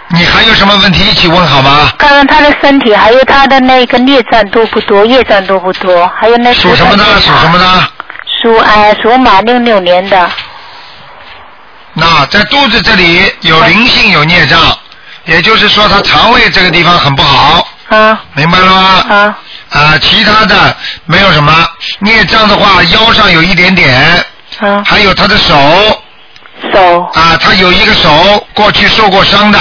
Speaker 1: 你还有什么问题一起问好吗？
Speaker 7: 看看他的身体，还有他的那个孽障多不多，业障多不多，还有那
Speaker 1: 属什么的？属什么的？
Speaker 7: 属哎、属马六六年的，
Speaker 1: 那在肚子这里有灵性有孽障，也就是说他肠胃这个地方很不好，
Speaker 7: 啊
Speaker 1: 明白了吗？
Speaker 7: 啊
Speaker 1: 啊，其他的没有什么孽障的话，腰上有一点点，
Speaker 7: 啊，
Speaker 1: 还有他的手
Speaker 7: 手
Speaker 1: 啊，他有一个手过去受过伤的，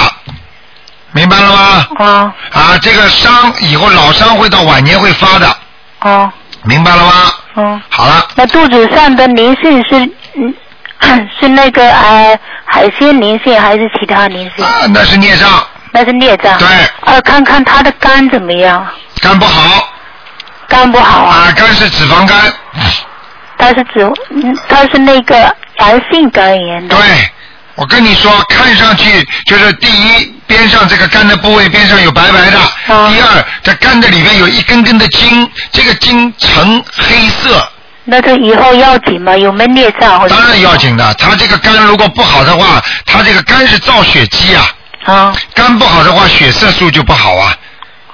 Speaker 1: 明白了吗？
Speaker 7: 啊
Speaker 1: 啊，这个伤以后老伤会到晚年会发的，
Speaker 7: 啊
Speaker 1: 明白了吗？
Speaker 7: 嗯，
Speaker 1: 好了，
Speaker 7: 那肚子上的灵性是嗯 是那个哎、海鲜灵性还是其他灵性？
Speaker 1: 啊，那是孽障，
Speaker 7: 那是孽障。
Speaker 1: 对
Speaker 7: 呃，看看他的肝怎么样，
Speaker 1: 肝不好
Speaker 7: 肝不好啊，
Speaker 1: 啊，肝是脂肪肝，
Speaker 7: 他是指，嗯，他是那个良性肝炎的。
Speaker 1: 对，我跟你说，看上去就是第一，边上这个肝的部位边上有白白的；
Speaker 7: 啊
Speaker 1: 第二，这肝的里面有一根根的筋，这个筋呈黑色，
Speaker 7: 那这以后要紧吗？有没哦有孽障或者？
Speaker 1: 当然要紧的。它这个肝如果不好的话，它这个肝是造血机啊，
Speaker 7: 啊，
Speaker 1: 肝不好的话，血色素就不好啊。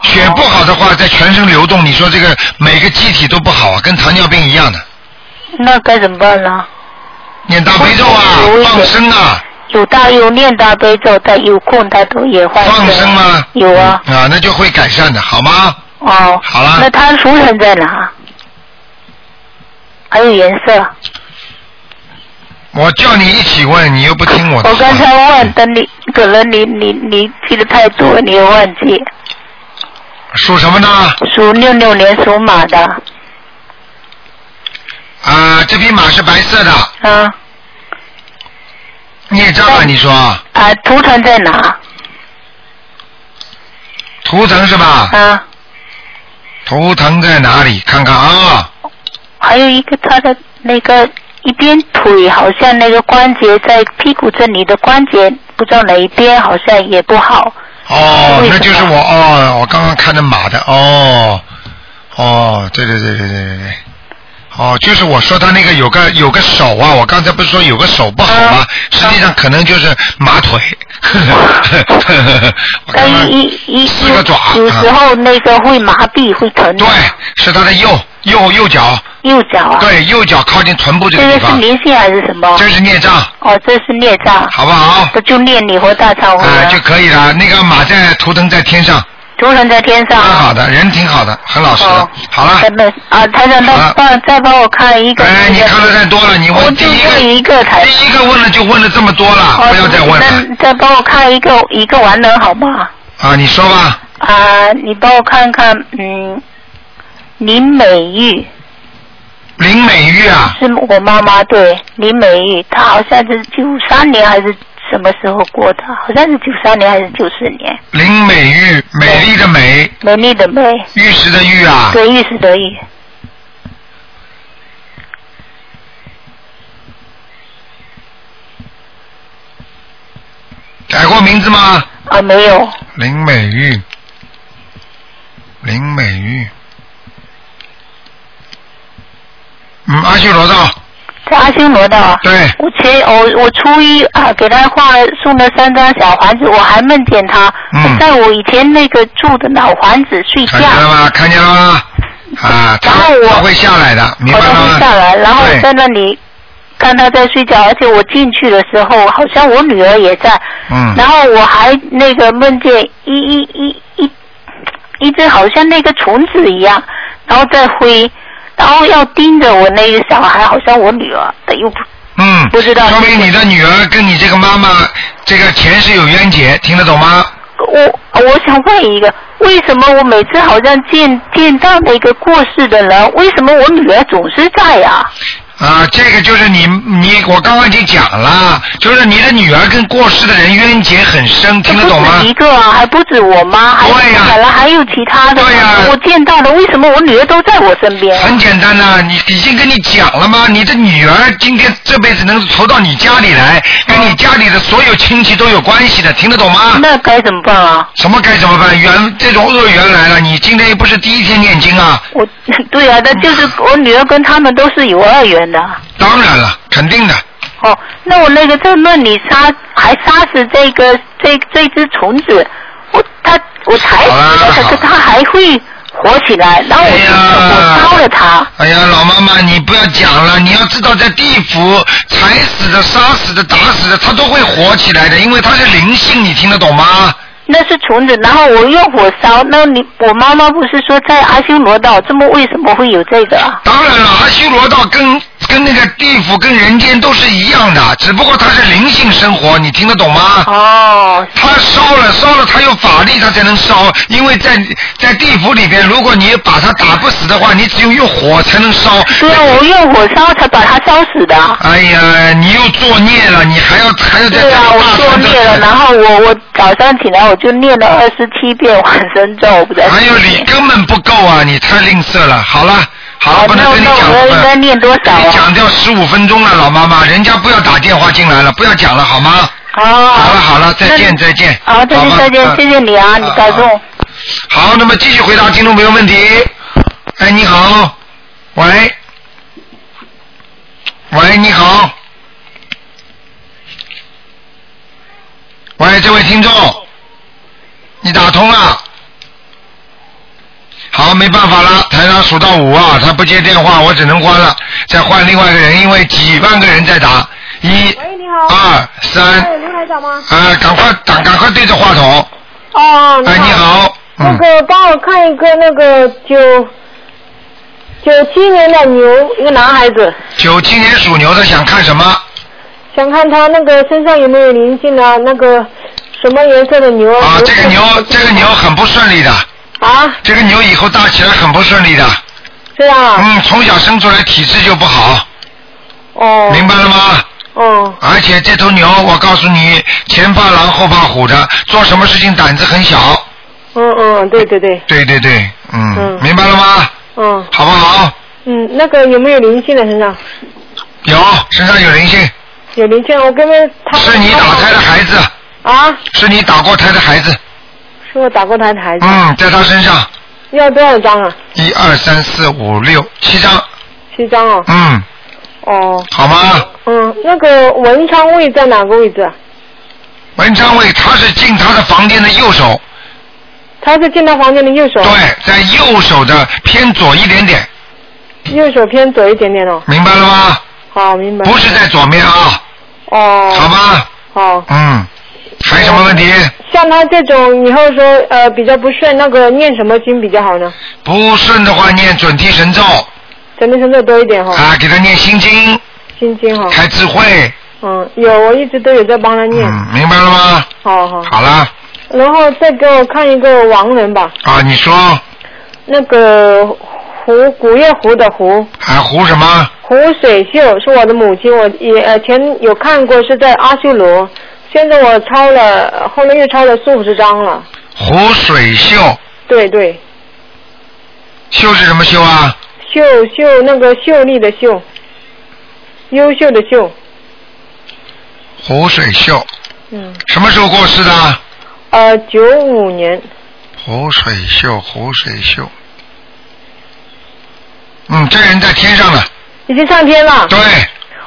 Speaker 1: 血不好的话，在全身流动，你说这个每个机体都不好啊，跟糖尿病一样的。
Speaker 7: 那该怎么办呢？
Speaker 1: 念大悲咒啊
Speaker 7: 我有，一点
Speaker 1: 放生啊，
Speaker 7: 有大有念大悲咒，他有空他都也换
Speaker 1: 放生吗？
Speaker 7: 有啊，
Speaker 1: 啊，那就会改善的，好吗？
Speaker 7: 哦。
Speaker 1: 好啊了
Speaker 7: 那他图腾在哪？还有颜色。
Speaker 1: 我叫你一起问，你又不听我的。
Speaker 7: 我刚才问的你，可能你你你记得太多，你也忘记。
Speaker 1: 属什么呢？
Speaker 7: 属六六年属马的，
Speaker 1: 啊，这匹马是白色的，
Speaker 7: 啊
Speaker 1: 孽障啊！
Speaker 7: 对
Speaker 1: 你说
Speaker 7: 啊，图腾在哪？
Speaker 1: 图腾是吧？
Speaker 7: 啊，
Speaker 1: 图腾在哪里？看看啊，
Speaker 7: 还有一个他的那个一边腿好像那个关节在屁股这里的关节，不知道哪一边好像也不好。
Speaker 1: 哦，
Speaker 7: 为什么
Speaker 1: 那就是我哦，我刚刚看的马的哦，哦，对对对对对对对。哦，就是我说他那个有个有个手啊，我刚才不是说有个手不好
Speaker 7: 啊
Speaker 1: 吗？实际上可能就是马腿， 我
Speaker 7: 但
Speaker 1: 刚刚
Speaker 7: 一一一
Speaker 1: 四个爪
Speaker 7: 有
Speaker 1: 啊
Speaker 7: 时候那个会麻痹，会疼的。
Speaker 1: 对，是他的右右右脚，
Speaker 7: 右脚啊。
Speaker 1: 对右脚靠近臀部这
Speaker 7: 这
Speaker 1: 个地
Speaker 7: 个是
Speaker 1: 方，
Speaker 7: 灵性还是什么？
Speaker 1: 这是孽障，
Speaker 7: 哦，这是孽障，
Speaker 1: 好不好？
Speaker 7: 这就念你和大忏悔
Speaker 1: 啊，就
Speaker 7: 文。
Speaker 1: 可以了。那个马在图腾在天上，
Speaker 7: 图腾在天上
Speaker 1: 很
Speaker 7: 啊。
Speaker 1: 好的，人挺好的，很老实的
Speaker 7: 嗯哦。
Speaker 1: 好了
Speaker 7: 再，问啊，台长，
Speaker 1: 好
Speaker 7: 再
Speaker 1: 了
Speaker 7: 帮再帮我看一个。
Speaker 1: 哎，你看的太多了，你
Speaker 7: 我
Speaker 1: 问第
Speaker 7: 就
Speaker 1: 一个，
Speaker 7: 问哦一个台长。
Speaker 1: 第一个问了就问了这么多了，不要再问了
Speaker 7: 那再帮我看一个一个完人好吗？
Speaker 1: 啊！你说吧，
Speaker 7: 啊，你帮我看看，嗯，林美玉
Speaker 1: 林美玉啊，
Speaker 7: 是我妈妈，对，林美玉，她好像是九三年还是什么时候过的？好像是九三年还是九四年？
Speaker 1: 林美玉，美丽的美，
Speaker 7: 美丽的美，
Speaker 1: 玉石的玉啊，
Speaker 7: 对，玉石得玉。
Speaker 1: 改过名字吗？
Speaker 7: 啊，没有，
Speaker 1: 林美玉，林美玉，嗯，阿修罗道，
Speaker 7: 在阿修罗道啊。
Speaker 1: 对，
Speaker 7: 我前我我初一啊，给他画了送了三张小房子，我还梦见他、
Speaker 1: 嗯
Speaker 7: 在我以前那个住的老房子睡觉
Speaker 1: 看，见了吗？看见了吗？啊，他
Speaker 7: 然后我
Speaker 1: 他会下来的，明
Speaker 7: 好
Speaker 1: 白
Speaker 7: 像
Speaker 1: 了
Speaker 7: 会
Speaker 1: 吗？
Speaker 7: 下来，然后我
Speaker 1: 对
Speaker 7: 在那里看他在睡觉，而且我进去的时候，好像我女儿也在，
Speaker 1: 嗯
Speaker 7: 然后我还那个梦见一一一一一只好像那个虫子一样，然后在飞，然后要盯着我那个小孩，好像我女儿，但又不
Speaker 1: 嗯，
Speaker 7: 不知道
Speaker 1: 说明你的女儿跟你这个妈妈这个前世有冤结，听得懂吗？
Speaker 7: 我我想问一个，为什么我每次好像见见到那个过世的人，为什么我女儿总是在呀、
Speaker 1: 啊，这个就是你你我刚刚已经讲了，就是你的女儿跟过世的人冤结很深，听得懂
Speaker 7: 这
Speaker 1: 吗
Speaker 7: 不止？一个啊，还不止我妈，还有
Speaker 1: 对呀
Speaker 7: 本来还有其他的。
Speaker 1: 对呀
Speaker 7: 我见到的，为什么我女儿都在我身 边？
Speaker 1: 很简单呐、你已经跟你讲了吗？你的女儿今天这辈子能投到你家里来，跟你家里的所有亲戚都有关系的，听得懂吗？
Speaker 7: 那该怎么办啊？
Speaker 1: 什么该怎么办？缘这种恶缘来了，你今天又不是第一天念经啊？
Speaker 7: 我对啊，那就是我女儿跟他们都是有二元的。
Speaker 1: 当然了，肯定的。
Speaker 7: 哦，那我那个在梦里杀，还杀死这个这这只虫子，我他我才
Speaker 1: 好啦
Speaker 7: 他
Speaker 1: 好
Speaker 7: 他还会活起来，然后我
Speaker 1: 哎
Speaker 7: 就、
Speaker 1: 呀
Speaker 7: 我烧了它。
Speaker 1: 哎呀，老妈妈，你不要讲了，你要知道，在地府踩死的、杀死的、打死的，它都会活起来的，因为它是灵性，你听得懂吗？
Speaker 7: 那是虫子，然后我用火烧。那你我妈妈不是说在阿修罗道，这么为什么会有这个啊？
Speaker 1: 当然了，阿修罗道跟跟那个地府跟人间都是一样的，只不过它是灵性生活，你听得懂吗？
Speaker 7: 哦，
Speaker 1: 他烧了，烧了，他有法力，他才能烧。因为在在地府里边，如果你把他打不死的话，你只有用火才能烧。
Speaker 7: 对啊，我用火烧才把它烧死的。啊
Speaker 1: 哎呀，你又作孽了，你还要还要再
Speaker 7: 对啊，
Speaker 1: 打
Speaker 7: 我作孽了，然后我我早上起来我就念了二十七遍往生咒，我不在。
Speaker 1: 还有哎你根本不够啊！你太吝啬了。好了，好了，
Speaker 7: 哦
Speaker 1: 不
Speaker 7: 那
Speaker 1: 能
Speaker 7: 我
Speaker 1: 跟你
Speaker 7: 那
Speaker 1: 讲
Speaker 7: 我应该
Speaker 1: 了。
Speaker 7: 念多少
Speaker 1: 跟你
Speaker 7: 啊？
Speaker 1: 讲掉十五分钟了，老妈妈，人家不要打电话进来了，不要讲了，好吗？
Speaker 7: 哦，
Speaker 1: 好
Speaker 7: 好
Speaker 1: 了好了，再见再见。
Speaker 7: 好，再
Speaker 1: 好
Speaker 7: 见
Speaker 1: 吧
Speaker 7: 再见，
Speaker 1: 嗯
Speaker 7: 谢谢你啊，你保重。
Speaker 1: 好，那么继续回答听众朋友问题。哎，你好，喂，喂，你好，喂，这位听众，你打通了。好，没办法了，台长数到五啊，他不接电话，我只能关了，再换另外一个人，因为几万个人在打。一、
Speaker 8: 喂，你好。
Speaker 1: 二、三，
Speaker 8: 哎，刘台长吗？
Speaker 1: 啊，赶快，赶赶快对着话筒。
Speaker 8: 哦，
Speaker 1: 哎，你。好，
Speaker 8: 那
Speaker 1: 嗯，
Speaker 8: 个，帮我看一个那个九九七年的牛，一个男孩子，
Speaker 1: 九七年属牛的想看什么？
Speaker 8: 想看他那个身上有没有灵性啊？那个什么颜色的牛
Speaker 1: 啊，这个牛，
Speaker 8: 色
Speaker 1: 这个牛很不顺利的，
Speaker 8: 啊，
Speaker 1: 这个牛以后大起来很不顺利的。
Speaker 8: 这样啊？
Speaker 1: 嗯，从小生出来体质就不好，
Speaker 8: 哦。
Speaker 1: 明白了吗？
Speaker 8: 哦
Speaker 1: 而且这头牛，我告诉你，前怕狼后怕虎的，做什么事情胆子很小。
Speaker 8: 嗯嗯，对对对，
Speaker 1: 对对对，嗯，
Speaker 8: 嗯
Speaker 1: 明白了吗？
Speaker 8: 嗯
Speaker 1: 好不好？
Speaker 8: 嗯，那个有没有灵性的身上？
Speaker 1: 有，身上有灵性，
Speaker 8: 有灵性，我跟他他
Speaker 1: 是你打胎的孩子，
Speaker 8: 啊？
Speaker 1: 是你打过胎的孩子，
Speaker 8: 是我打过他的孩子。
Speaker 1: 嗯，在他身上，
Speaker 8: 要多少张啊？
Speaker 1: 一二三四五六七张，
Speaker 8: 七张哦。
Speaker 1: 嗯，
Speaker 8: 哦，
Speaker 1: 好吗？
Speaker 8: 嗯，那个文昌位在哪个位置啊？
Speaker 1: 文昌位他是进他的房间的右手，
Speaker 8: 他是进到房间的右手，啊
Speaker 1: 对，在右手的偏左一点点，
Speaker 8: 右手偏左一点点哦。
Speaker 1: 明白了吗？
Speaker 8: 好，明白。
Speaker 1: 不是在左面啊，
Speaker 8: 哦，
Speaker 1: 好吗？
Speaker 8: 好，
Speaker 1: 嗯，还有什么问题？
Speaker 8: 像他这种以后说呃比较不顺，那个念什么经比较好呢？
Speaker 1: 不顺的话念准提神咒
Speaker 8: 咱们神咒多一点哈、
Speaker 1: 啊，给他念心经，
Speaker 8: 心经哈、
Speaker 1: 开智慧，
Speaker 8: 嗯，有，我一直都有在帮他哦念。哦
Speaker 1: 嗯，明白了吗？
Speaker 8: 好好。
Speaker 1: 好了
Speaker 8: 然后再给我看一个亡人吧，
Speaker 1: 啊，你说
Speaker 8: 那个胡古月胡的胡。
Speaker 1: 还啊胡什么？
Speaker 8: 胡水秀是我的母亲，我也呃前有看过是在阿修罗，现在我抄了，呃后来又抄了四五十张了。
Speaker 1: 胡水秀，
Speaker 8: 对对，
Speaker 1: 秀是什么秀啊？
Speaker 8: 秀秀那个秀丽的秀，优秀的秀，
Speaker 1: 胡水秀
Speaker 8: 嗯，
Speaker 1: 什么时候过世的？
Speaker 8: 呃，九五年，
Speaker 1: 湖水秀，湖水秀。嗯，这人在天上呢。
Speaker 8: 已经上天了，
Speaker 1: 对，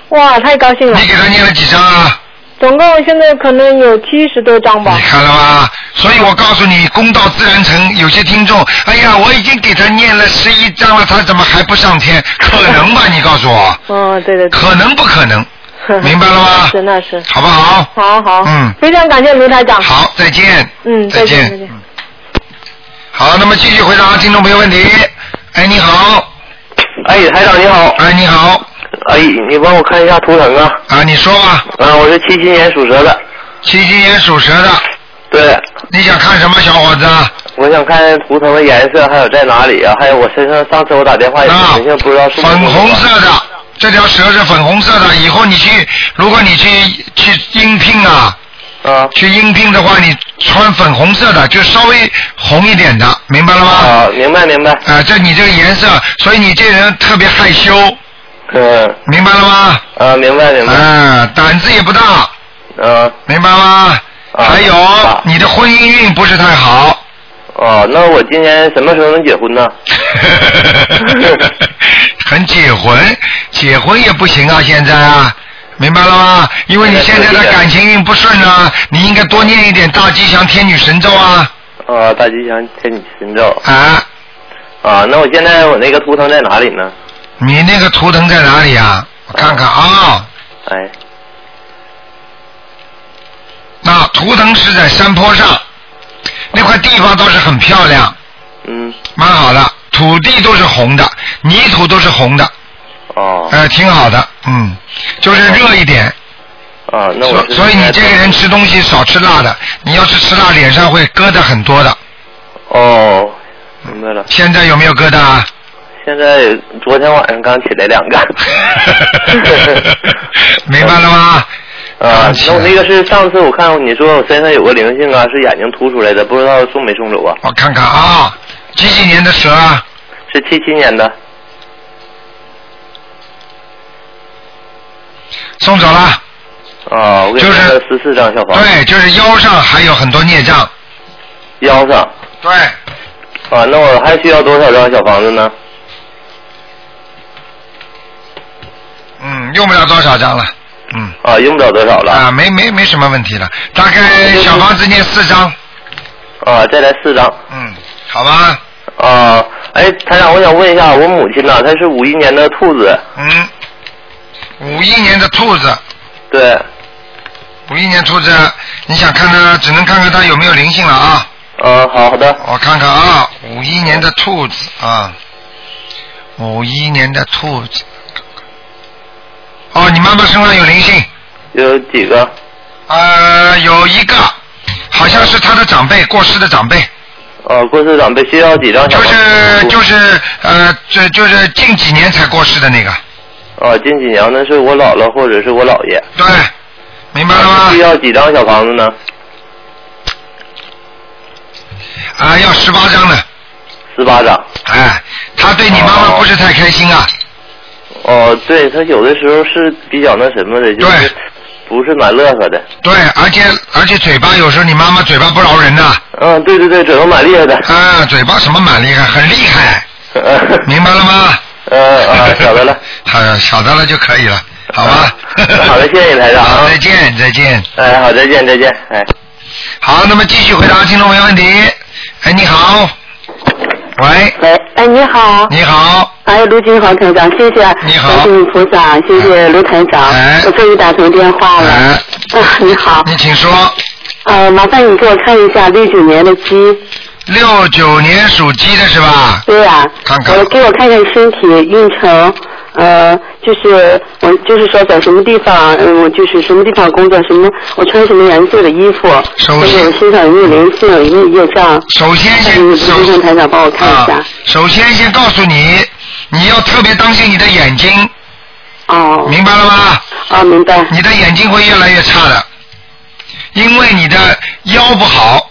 Speaker 8: 哇，太高兴了
Speaker 1: 你。给他念了几张啊？
Speaker 8: 总共现在可能有七十多张吧
Speaker 1: 你。看了吗？所以我告诉你，公道自然成。有些听众，哎呀，我已经给他念了十一章了，他怎么还不上天？可能吧？你告诉我，
Speaker 8: 嗯，对对对。
Speaker 1: 可能不可能？明白了 吗
Speaker 8: 是那是，
Speaker 1: 好不好？
Speaker 8: 好好。
Speaker 1: 嗯
Speaker 8: 非常感谢卢台长。
Speaker 1: 好，再见。
Speaker 8: 嗯，
Speaker 1: 再
Speaker 8: 再
Speaker 1: 见
Speaker 8: 见再见。
Speaker 1: 好，那么继续回答听众朋友问题。哎，你好，
Speaker 4: 哎，台长你好，
Speaker 1: 哎，你好，
Speaker 4: 哎，你帮我看一下图腾啊。
Speaker 1: 啊，你说吧，
Speaker 4: 嗯、我是七七年属蛇的。
Speaker 1: 七七年属蛇的，
Speaker 4: 对，
Speaker 1: 你想看什么，小伙子？啊
Speaker 4: 我想看图腾的颜色，还有在哪里啊？还有我身上，上次哎我打电话也是
Speaker 1: 啊
Speaker 4: 好像不知道是不是
Speaker 1: 粉红色的，这条蛇是粉红色的。以后你去，如果你去去应聘啊，
Speaker 4: 啊
Speaker 1: 去应聘的话，你穿粉红色的，就稍微红一点的，明白了吗？啊、
Speaker 4: 啊，明白明白，
Speaker 1: 这你这个颜色，所以你这人特别害羞，
Speaker 4: 嗯
Speaker 1: 明白了吗？
Speaker 4: 啊，明白
Speaker 1: 嗯、
Speaker 4: 明白，
Speaker 1: 胆子也不大，
Speaker 4: 嗯
Speaker 1: 明白吗？
Speaker 4: 啊
Speaker 1: 还有、
Speaker 4: 啊
Speaker 1: 你的婚姻运不是太好。
Speaker 4: 哦，那我今年什么时候能结婚呢？
Speaker 1: 很结婚，结婚也不行啊，现在啊，明白了吗？因为你现在的感情运不顺啊，你应该多念一点大吉祥天女神咒啊
Speaker 4: 啊，大吉祥天女神咒
Speaker 1: 啊！
Speaker 4: 啊，那我现在我那个图腾在哪里呢？
Speaker 1: 你那个图腾在哪里啊？我看看啊，
Speaker 4: 哎，
Speaker 1: 那图腾是在山坡上，那块地方倒是很漂亮，
Speaker 4: 嗯，
Speaker 1: 蛮好的，土地都是红的，泥土都是红的，
Speaker 4: 哦，
Speaker 1: 呃，挺好的，嗯，就是热一点，
Speaker 4: 啊，那我
Speaker 1: 所
Speaker 4: 是
Speaker 1: 所以你这个人吃东西少吃辣的，你要是吃辣，脸上会疙瘩很多的。
Speaker 4: 哦，明白了。
Speaker 1: 现在有没有疙瘩啊？
Speaker 4: 现在昨天晚上刚起来两个。
Speaker 1: 明白了吗？
Speaker 4: 啊，那我那个是上次我看你说我身上有个灵性啊，是眼睛凸出来的，不知道送没送走啊？
Speaker 1: 我看看啊，几几年的蛇啊？
Speaker 4: 是七七年的，
Speaker 1: 送走了。
Speaker 4: 啊，我给
Speaker 1: 就是
Speaker 4: 了十四张小房子，
Speaker 1: 对，就是腰上还有很多孽障。
Speaker 4: 腰上
Speaker 1: 对，
Speaker 4: 啊，那我还需要多少张小房子呢？
Speaker 1: 嗯，用不了多少张了。嗯，
Speaker 4: 啊，用不了多少了，
Speaker 1: 啊，没没没什么问题了，大概小房子念四张。
Speaker 4: 啊，再来四张，
Speaker 1: 嗯，好吧。
Speaker 4: 啊，哎，台长，我想问一下，我母亲呐、她是五一年的兔子，
Speaker 1: 嗯，五一年的兔子，
Speaker 4: 对，
Speaker 1: 五一年兔子，你想看它，只能看看它有没有灵性了啊。
Speaker 4: 啊，好好的，
Speaker 1: 我看看啊，五一年的兔子啊，五一年的兔子。哦，你妈妈身上有灵性，
Speaker 4: 有几个？
Speaker 1: 呃，有一个，好像是她的长辈，过世的长辈，
Speaker 4: 啊，郭市长被需要几张小
Speaker 1: 就
Speaker 4: 房子？
Speaker 1: 是就是呃，这就是近几年才过世的那个，
Speaker 4: 啊，近几年那是我姥姥或者是我姥爷。
Speaker 1: 对，明白了
Speaker 4: 需
Speaker 1: 吗？
Speaker 4: 要几张小房子呢？
Speaker 1: 啊，要十八张的，
Speaker 4: 十八张。
Speaker 1: 哎，她对你妈妈不是太开心啊，
Speaker 4: 哦，对他有的时候是比较那什么的，就是
Speaker 1: 对
Speaker 4: 不是蛮乐呵的。
Speaker 1: 对，而且而且嘴巴有时候你妈妈嘴巴不饶人的。
Speaker 4: 嗯，对对对，嘴巴蛮厉害的。
Speaker 1: 啊，嘴巴什么蛮厉害，很厉害。
Speaker 4: 嗯
Speaker 1: 明白了吗？
Speaker 4: 呃啊，晓得了。
Speaker 1: 好，晓得了就可以了，好吧？
Speaker 4: 好的，谢谢台长啊。
Speaker 1: 好，再见，再见。
Speaker 4: 哎，好，再见，再见，哎。
Speaker 1: 好，那么继续回答听众朋友问题。哎，你好。喂。
Speaker 2: 喂，哎，你好。
Speaker 1: 你好。
Speaker 2: 哎，卢金黄台长，谢谢。
Speaker 1: 你好。
Speaker 2: 观世音菩萨，谢谢卢台长。
Speaker 1: 哎。
Speaker 2: 我终于打通电话了。
Speaker 1: 哎。
Speaker 2: 啊，你哦好。
Speaker 1: 你请说。
Speaker 2: 呃，麻烦你给我看一下六九年的鸡。
Speaker 1: 六九年属鸡的是吧？
Speaker 2: 对呀、
Speaker 1: 看看
Speaker 2: 呃，给我看看身体运程，呃，就是我就是说在什么地方，嗯、我就是什么地方工作，什么我穿什么颜色的衣服，
Speaker 1: 首
Speaker 2: 或者
Speaker 1: 先
Speaker 2: 我身上有没有灵性，有没有业障。
Speaker 1: 首先先，啊
Speaker 2: 首先台长帮我看一下。
Speaker 1: 首先先告诉你，你要特别当心你的眼睛。
Speaker 2: 哦。
Speaker 1: 明白了吗？
Speaker 2: 啊，明白。
Speaker 1: 你的眼睛会越来越差的，因为你的腰不好。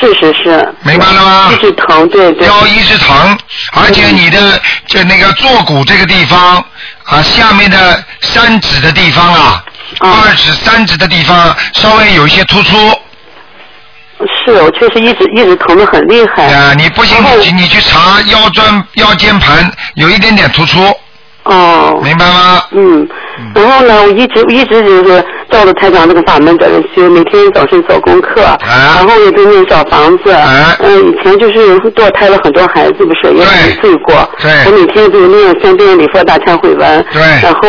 Speaker 2: 是是是。
Speaker 1: 明白了吗？
Speaker 2: 一直疼，对对。
Speaker 1: 啊腰一直疼，而且你的这那个坐骨这个地方啊，下面的三指的地方啊，二指、三指的地方稍微有一些突出。
Speaker 2: 是我确实一直一直疼得很厉害。
Speaker 1: 啊，你不行，你去你去查腰椎腰间盘有一点点突出。
Speaker 2: 哦。
Speaker 1: 明白吗？
Speaker 2: 嗯。然后呢，我一直一直就是照着台长这个法门在这学，每天早晨做功课，
Speaker 1: 哎
Speaker 2: 然后也给你找房子。嗯，以前就是堕胎了很多孩子，不是也没罪过。
Speaker 1: 对
Speaker 2: 我每天就念三遍礼佛大忏悔文。
Speaker 1: 对
Speaker 2: 然后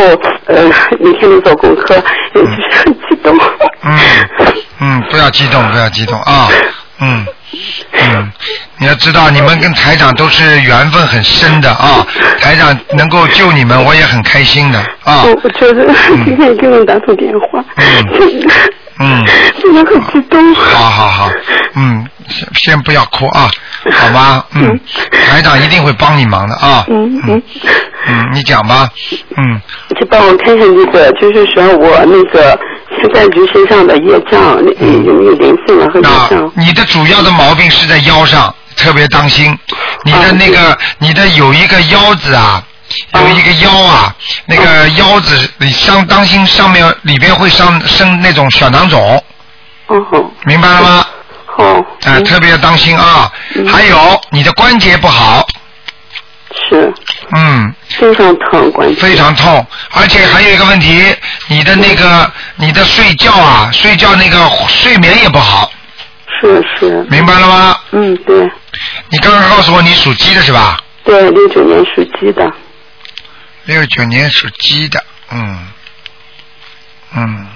Speaker 2: 呃， 每天都做功课，就是很激动。
Speaker 1: 嗯嗯，不要激动，不要激动啊、嗯嗯，你要知道，你们跟台长都是缘分很深的啊、台长能够救你们，我也很开心的啊、
Speaker 2: 我我觉得 今天给我打通电话，
Speaker 1: 嗯，
Speaker 2: 真的很激动。
Speaker 1: 好好好，嗯，先先不要哭啊，好吗？嗯，台长一定会帮你忙的啊、
Speaker 2: 嗯嗯。
Speaker 1: 嗯，你讲吧，嗯，
Speaker 2: 就帮我看看那个，就是说我那个现在就身上的业障，那有没有灵性啊和业障？
Speaker 1: 你的主要的毛病是在腰上，特别当心。你的那个，你的有一个腰子啊，有一个腰啊，那个腰子你伤当心上面里边会伤生那种小囊肿。
Speaker 2: 哦。
Speaker 1: 明白了吗？
Speaker 2: 哦。
Speaker 1: 啊，特别要当心啊！还有你的关节不好。
Speaker 2: 是。
Speaker 1: 嗯。
Speaker 2: 非常疼关节。
Speaker 1: 非常痛，而且还有一个问题，你的那个你的睡觉啊，睡觉那个睡眠也不好。
Speaker 2: 是是。
Speaker 1: 明白了吗？
Speaker 2: 嗯，对。
Speaker 1: 你刚刚告诉我你属鸡的是吧？
Speaker 2: 对，六九年属鸡的。
Speaker 1: 六九年属鸡的，嗯，嗯，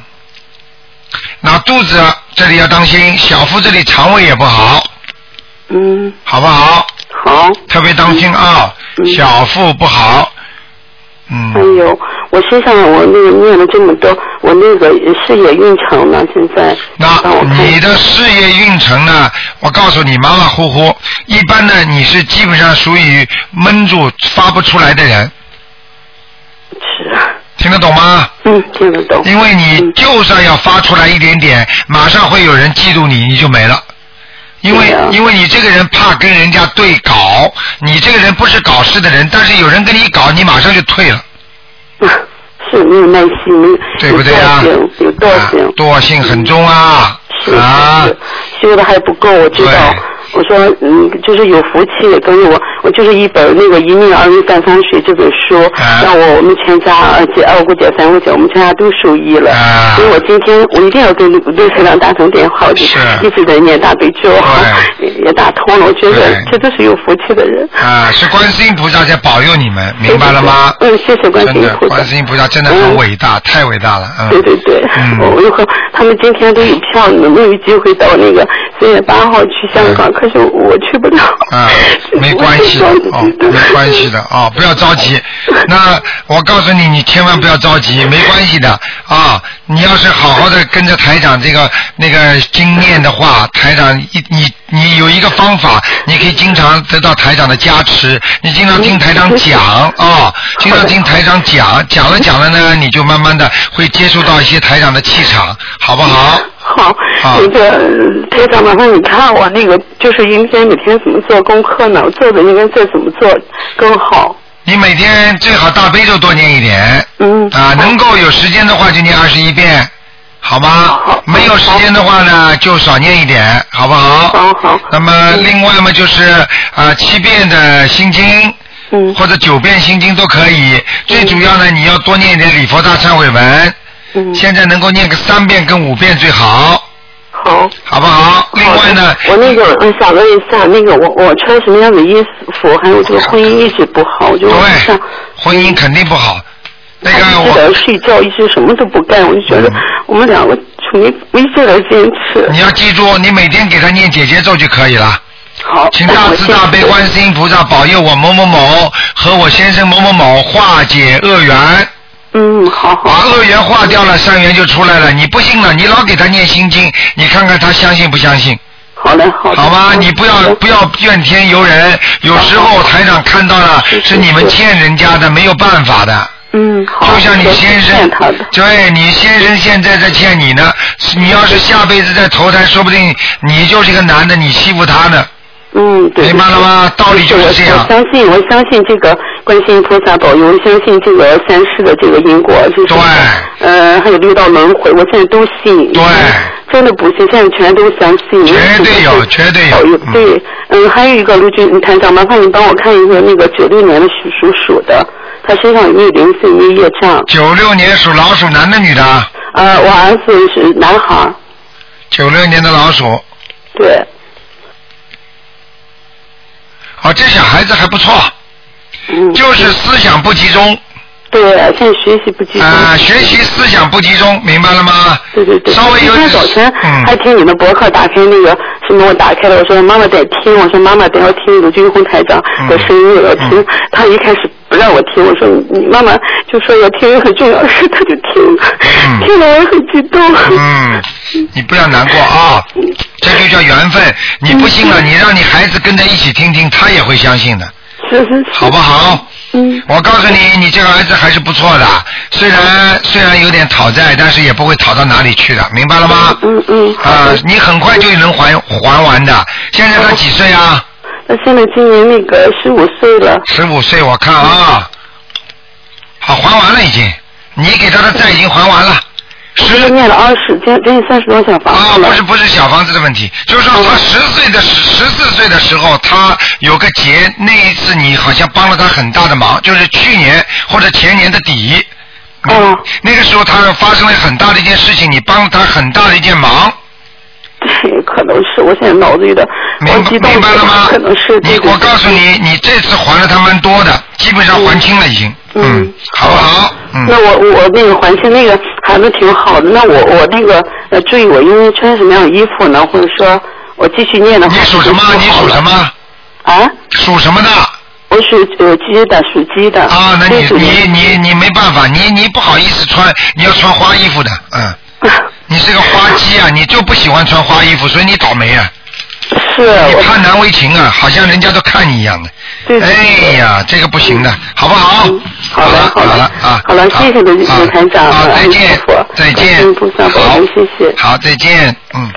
Speaker 1: 那肚子啊这里要当心，小腹这里肠胃也不好，
Speaker 2: 嗯，
Speaker 1: 好不好？
Speaker 2: 好。
Speaker 1: 特别当心啊，小腹不好，嗯
Speaker 2: 还有我身上我那个念了这么多，我那个呃事业运程呢，现在嗯
Speaker 1: 你的事业运程呢？我告诉你，马马虎虎。一般呢，你是基本上属于闷住发不出来的人。是。听得懂吗？
Speaker 2: 嗯，听得懂。
Speaker 1: 因为你就算要发出来一点点，马上会有人嫉妒你，你就没了。因为、因为你这个人怕跟人家对搞，你这个人不是搞事的人，但是有人跟你搞，你马上就退了。
Speaker 2: 是没有耐心，没有
Speaker 1: 对不对啊？
Speaker 2: 有惰性，有
Speaker 1: 惰性很重啊！
Speaker 2: 是啊，修的还不够，我知道。我说，嗯，就是有福气，跟我，我就是一本那个《一命二运三风水》这本书，
Speaker 1: 啊
Speaker 2: 让我我们全家，二姐、二姑姐、三姑姐，我们全家都受益了。
Speaker 1: 啊
Speaker 2: 所以我今天我一定要跟陆陆台长打通电话，我就一直在念大悲咒，也 也打通了。我觉得这都是有福气的人。
Speaker 1: 啊，是观世音菩萨在保佑你们，明白了吗？
Speaker 2: 嗯，谢谢观世
Speaker 1: 真
Speaker 2: 音
Speaker 1: 的，
Speaker 2: 菩萨
Speaker 1: 观世音菩萨真的很伟大，太伟大了，嗯。
Speaker 2: 对对对，我又和他们今天都有票，你们没有机会到那个四月八号去香港，可是我去不了。
Speaker 1: 啊，没关系的哦，
Speaker 2: 嗯
Speaker 1: 没关系的哦，不要着急。那我告诉你，你千万不要着急，没关系的啊、你要是好好的跟着台长这个那个经验的话，台长一你你有一个方法，你可以经常得到台长的加持。你经常听台长讲啊、经常听台长讲，讲了讲了呢，你就慢慢的会接触到一些台长的气场，好不好？
Speaker 2: 好，
Speaker 1: 啊
Speaker 2: 那个台长，麻烦你看我那个，就是应该每天怎么做功课呢？我做的应该再怎么做更好？
Speaker 1: 你每天最好大悲咒多念一点。
Speaker 2: 嗯。
Speaker 1: 啊啊，能够有时间的话就念二十一遍。好吗？没有时间的话呢，就少念一点，好不好？
Speaker 2: 好嗯好。
Speaker 1: 那么另外嘛，就是啊、七遍的心经。
Speaker 2: 嗯，
Speaker 1: 或者九遍心经都可以，最主要呢，你要多念一点礼佛大忏悔文。
Speaker 2: 嗯，
Speaker 1: 现在能够念个三遍跟五遍最好。
Speaker 2: 好，
Speaker 1: 好不好？另外呢，
Speaker 2: 我那个嗯，想问一下，那个我我穿什么样的衣服？还有
Speaker 1: 哦
Speaker 2: 这个婚姻一直不好，我就嗯问一下。
Speaker 1: 婚姻肯定不好。那个
Speaker 2: 我一直在睡觉，一直什么都不干，我就觉得我们两个就没没劲来坚持。
Speaker 1: 嗯你要记住，你每天给他念姐姐咒就可以了。
Speaker 2: 好，
Speaker 1: 请大慈大悲观世音菩萨保佑我某某某和我先生某某某化解恶缘。
Speaker 2: 嗯，好
Speaker 1: 把恶缘化掉了，善缘就出来了。你不信了，你老给他念心经，你看看他相信不相信？
Speaker 2: 好嘞，好。
Speaker 1: 好吗？你不要不要怨天尤人，有时候台长看到了是你们欠人家的，没有办法的。
Speaker 2: 嗯，好。
Speaker 1: 就像你先生，对你先生现在在欠你呢，你要是下辈子再投胎，说不定你就是个男的，你欺负他呢。
Speaker 2: 嗯，对。
Speaker 1: 明白了吗道理就是这样
Speaker 2: 我相信，我相信这个观世音菩萨保佑，我相信这个三世的这个因果，就是对，呃，还有六道轮回，我现在都信。对。真的不信，现在全都相信。
Speaker 1: 绝对有，绝对有。
Speaker 2: 保佑对，嗯，还有一个卢军团长，麻烦你帮我看一个那个九六年的属属鼠的，他身上有没有灵性，有没有业障？
Speaker 1: 九六年属老鼠，男的女的啊？
Speaker 2: 呃，我儿子是男孩儿，
Speaker 1: 九六年的老鼠，
Speaker 2: 对，
Speaker 1: 哦，这小孩子还不错，就是思想不集中。
Speaker 2: 嗯对，现在学习不集中。
Speaker 1: 啊、学习思想不集中，明白了吗？
Speaker 2: 对对对。
Speaker 1: 稍微有
Speaker 2: 今
Speaker 1: 点
Speaker 2: 天
Speaker 1: 嗯
Speaker 2: 早晨还哎听你的博客，打开那个什么，我打开了，我说妈妈在听，我说妈妈等要听卢军红台长
Speaker 1: 嗯
Speaker 2: 的声音，我要听。他一开始不让我听，我说你妈妈就说要听很重要的事，他就听，听了我也很激动。
Speaker 1: 嗯，你不要难过啊，这就叫缘分。你不信
Speaker 2: 嗯
Speaker 1: 了，你让你孩子跟着一起听听，他也会相信的。
Speaker 2: 是是是。
Speaker 1: 好不好？
Speaker 2: 嗯。
Speaker 1: 我告诉你，你这个儿子还是不错的，虽
Speaker 2: 嗯
Speaker 1: 然虽然有点讨债，但是也不会讨到哪里去的，明白了吗？
Speaker 2: 嗯嗯。
Speaker 1: 啊、你很快就能还还完的。现在他几岁啊？
Speaker 2: 那现在今年那个十五岁了，
Speaker 1: 十五岁，我看啊，好，还完了已经，你给他的债已经还完了。
Speaker 2: 十念了二十，将将近三十多小房
Speaker 1: 啊，不是不是小房子的问题，就是说
Speaker 2: 嗯
Speaker 1: 他十岁的十四岁的时候，他有个劫，那一次你好像帮了他很大的忙，就是去年或者前年的底。嗯
Speaker 2: 哦。
Speaker 1: 那个时候他发生了很大的一件事情，你帮他很大的一件忙。
Speaker 2: 对，可能是我现在脑子有点，我激动，明白了吗？可能是
Speaker 1: 你我告诉你，你这次还了他蛮多的，基本上还清了已经。嗯，好不好？嗯
Speaker 2: 那我我那个环境那个孩子挺好的，那我我那个呃注意我应该穿什么样的衣服呢？或者说我继续念的话，你属什 么？你属
Speaker 1: 什么？
Speaker 2: 啊？
Speaker 1: 属什么的？
Speaker 2: 我属呃鸡的，属鸡的。
Speaker 1: 啊，那你你你你没办法，你你不好意思穿，你要穿花衣服的，嗯，你是个花鸡啊，你就不喜欢穿花衣服，所以你倒霉啊。
Speaker 2: 是。
Speaker 1: 你怕难为情啊，好像人家都看你一样的。
Speaker 2: 呃对对嗯
Speaker 1: 哎呀，这个不行的，好不好？好了好了啊，
Speaker 2: 好了，谢谢卢卢团长，
Speaker 1: 好
Speaker 2: 再见，
Speaker 1: 再见
Speaker 2: 嗯，菩萨保佑，谢谢。
Speaker 1: 好，再见，嗯。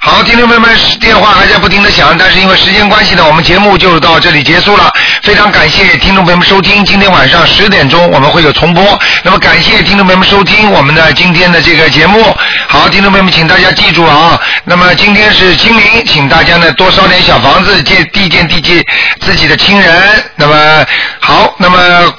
Speaker 1: 好，听众朋友们，电话还在不停的响，但是因为时间关系呢，我们节目就到这里结束了。非常感谢听众朋友们收听，今天晚上十点钟我们会有重播。那么感谢听众朋友们收听我们的今天的这个节目。好，听众朋友们，请大家记住啊，那么今天是清明，请大家呢多烧点小房子，借递见递借自己的亲人。那么好，那么。